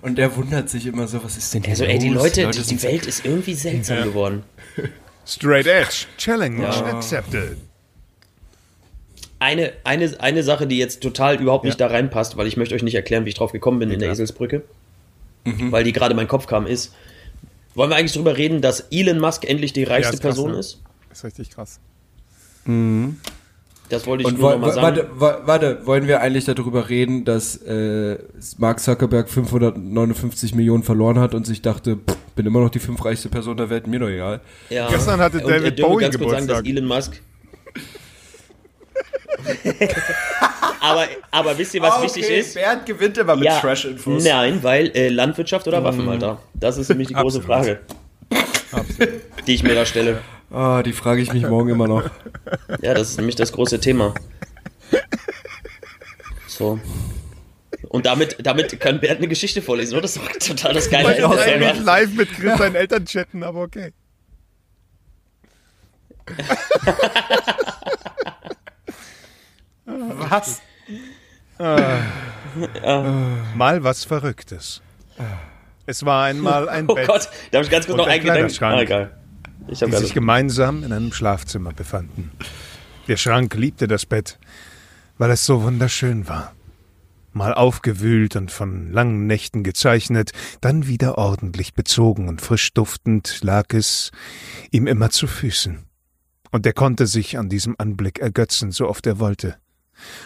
Speaker 5: Und er wundert sich immer so, was ist denn hier
Speaker 4: also, ey, die
Speaker 5: Oh. los?
Speaker 4: Leute, die,
Speaker 5: sind
Speaker 4: die Welt ist irgendwie seltsam geworden.
Speaker 3: Straight Edge. Challenge
Speaker 4: Ja.
Speaker 3: accepted.
Speaker 4: Eine, eine, eine Sache, die jetzt total überhaupt nicht
Speaker 3: Ja.
Speaker 4: da reinpasst, weil ich möchte euch nicht erklären, wie ich drauf gekommen bin in der Eselsbrücke,
Speaker 3: Mhm.
Speaker 4: weil die gerade in meinen Kopf kam, ist, wollen wir eigentlich drüber reden, dass Elon Musk endlich die reichste
Speaker 3: ist krass,
Speaker 4: Person
Speaker 3: ne?
Speaker 4: ist?
Speaker 3: Ist richtig krass.
Speaker 4: Das wollte ich
Speaker 5: Und
Speaker 4: nur
Speaker 5: wo,
Speaker 4: noch mal
Speaker 5: warte,
Speaker 4: sagen.
Speaker 5: warte, warte, wollen wir eigentlich darüber reden, dass äh, Mark Zuckerberg 559 Millionen verloren hat und sich dachte, pff, bin immer noch die fünf reichste Person der Welt, mir doch egal.
Speaker 4: Ja.
Speaker 3: Gestern hatte
Speaker 4: Und, äh,
Speaker 3: David
Speaker 4: dürfen wir
Speaker 3: Bowie
Speaker 4: ganz kurz sagen, dass
Speaker 3: Geburtstag.
Speaker 4: Elon Musk. aber, aber wisst ihr, was wichtig ist?
Speaker 2: Bernd gewinnt immer mit
Speaker 4: Ja,
Speaker 2: Trash-Infos.
Speaker 4: Nein, weil äh, Landwirtschaft oder Waffen, Alter. Das ist nämlich die große
Speaker 3: Absolut.
Speaker 4: Frage, die ich mir da stelle.
Speaker 5: Ah, die frage ich mich morgen immer noch.
Speaker 4: Ja, das ist nämlich das große Thema. So. Und damit, damit kann Bernd eine Geschichte vorlesen, oder? Das ist doch total das
Speaker 3: Ich
Speaker 4: geile
Speaker 3: wollte
Speaker 4: Ende
Speaker 3: auch
Speaker 4: selber.
Speaker 3: eigentlich live mit Chris seinen Eltern chatten, aber okay.
Speaker 2: Was?
Speaker 3: Mal was Verrücktes. Es war einmal ein
Speaker 4: Oh
Speaker 3: Bett,
Speaker 4: Gott, darf ich ganz kurz
Speaker 3: Und
Speaker 4: noch
Speaker 3: der
Speaker 4: einen Gedanken?
Speaker 3: Kleiderschrank.
Speaker 4: Ah, egal. Ich hab
Speaker 3: die
Speaker 4: gar
Speaker 3: sich
Speaker 4: nicht.
Speaker 3: gemeinsam in einem Schlafzimmer befanden. Der Schrank liebte das Bett, weil es so wunderschön war. Mal aufgewühlt und von langen Nächten gezeichnet, dann wieder ordentlich bezogen und frisch duftend lag es ihm immer zu Füßen. Und er konnte sich an diesem Anblick ergötzen, so oft er wollte.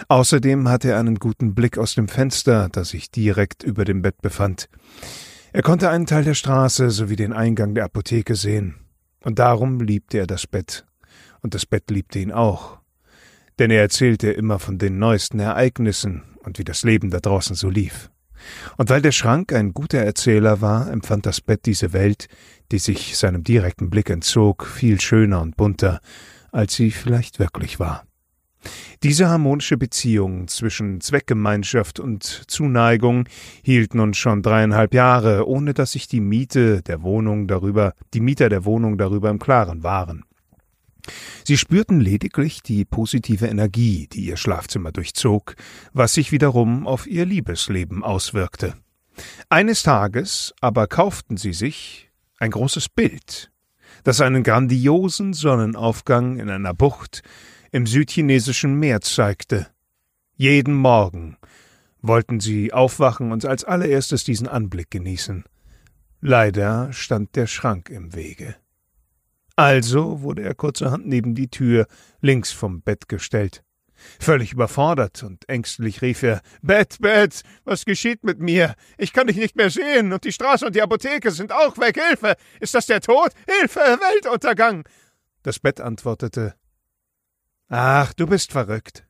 Speaker 3: Außerdem hatte er einen guten Blick aus dem Fenster, das sich direkt über dem Bett befand. Er konnte einen Teil der Straße sowie den Eingang der Apotheke sehen. Und darum liebte er das Bett. Und das Bett liebte ihn auch. Denn er erzählte immer von den neuesten Ereignissen und wie das Leben da draußen so lief. Und weil der Schrank ein guter Erzähler war, empfand das Bett diese Welt, die sich seinem direkten Blick entzog, viel schöner und bunter, als sie vielleicht wirklich war. Diese harmonische Beziehung zwischen Zweckgemeinschaft und Zuneigung hielt nun schon dreieinhalb Jahre, ohne dass sich die Miete der Wohnung darüber, die Mieter der Wohnung darüber im Klaren waren. Sie spürten lediglich die positive Energie, die ihr Schlafzimmer durchzog, was sich wiederum auf ihr Liebesleben auswirkte. Eines Tages aber kauften sie sich ein großes Bild, das einen grandiosen Sonnenaufgang in einer Bucht im südchinesischen Meer zeigte. Jeden Morgen wollten sie aufwachen und als allererstes diesen Anblick genießen. Leider stand der Schrank im Wege. Also wurde er kurzerhand neben die Tür links vom Bett gestellt. Völlig überfordert und ängstlich rief er Bett, Bett, was geschieht mit mir? Ich kann dich nicht mehr sehen, und die Straße und die Apotheke sind auch weg. Hilfe. Ist das der Tod? Hilfe. Weltuntergang. Das Bett antwortete Ach, du bist verrückt.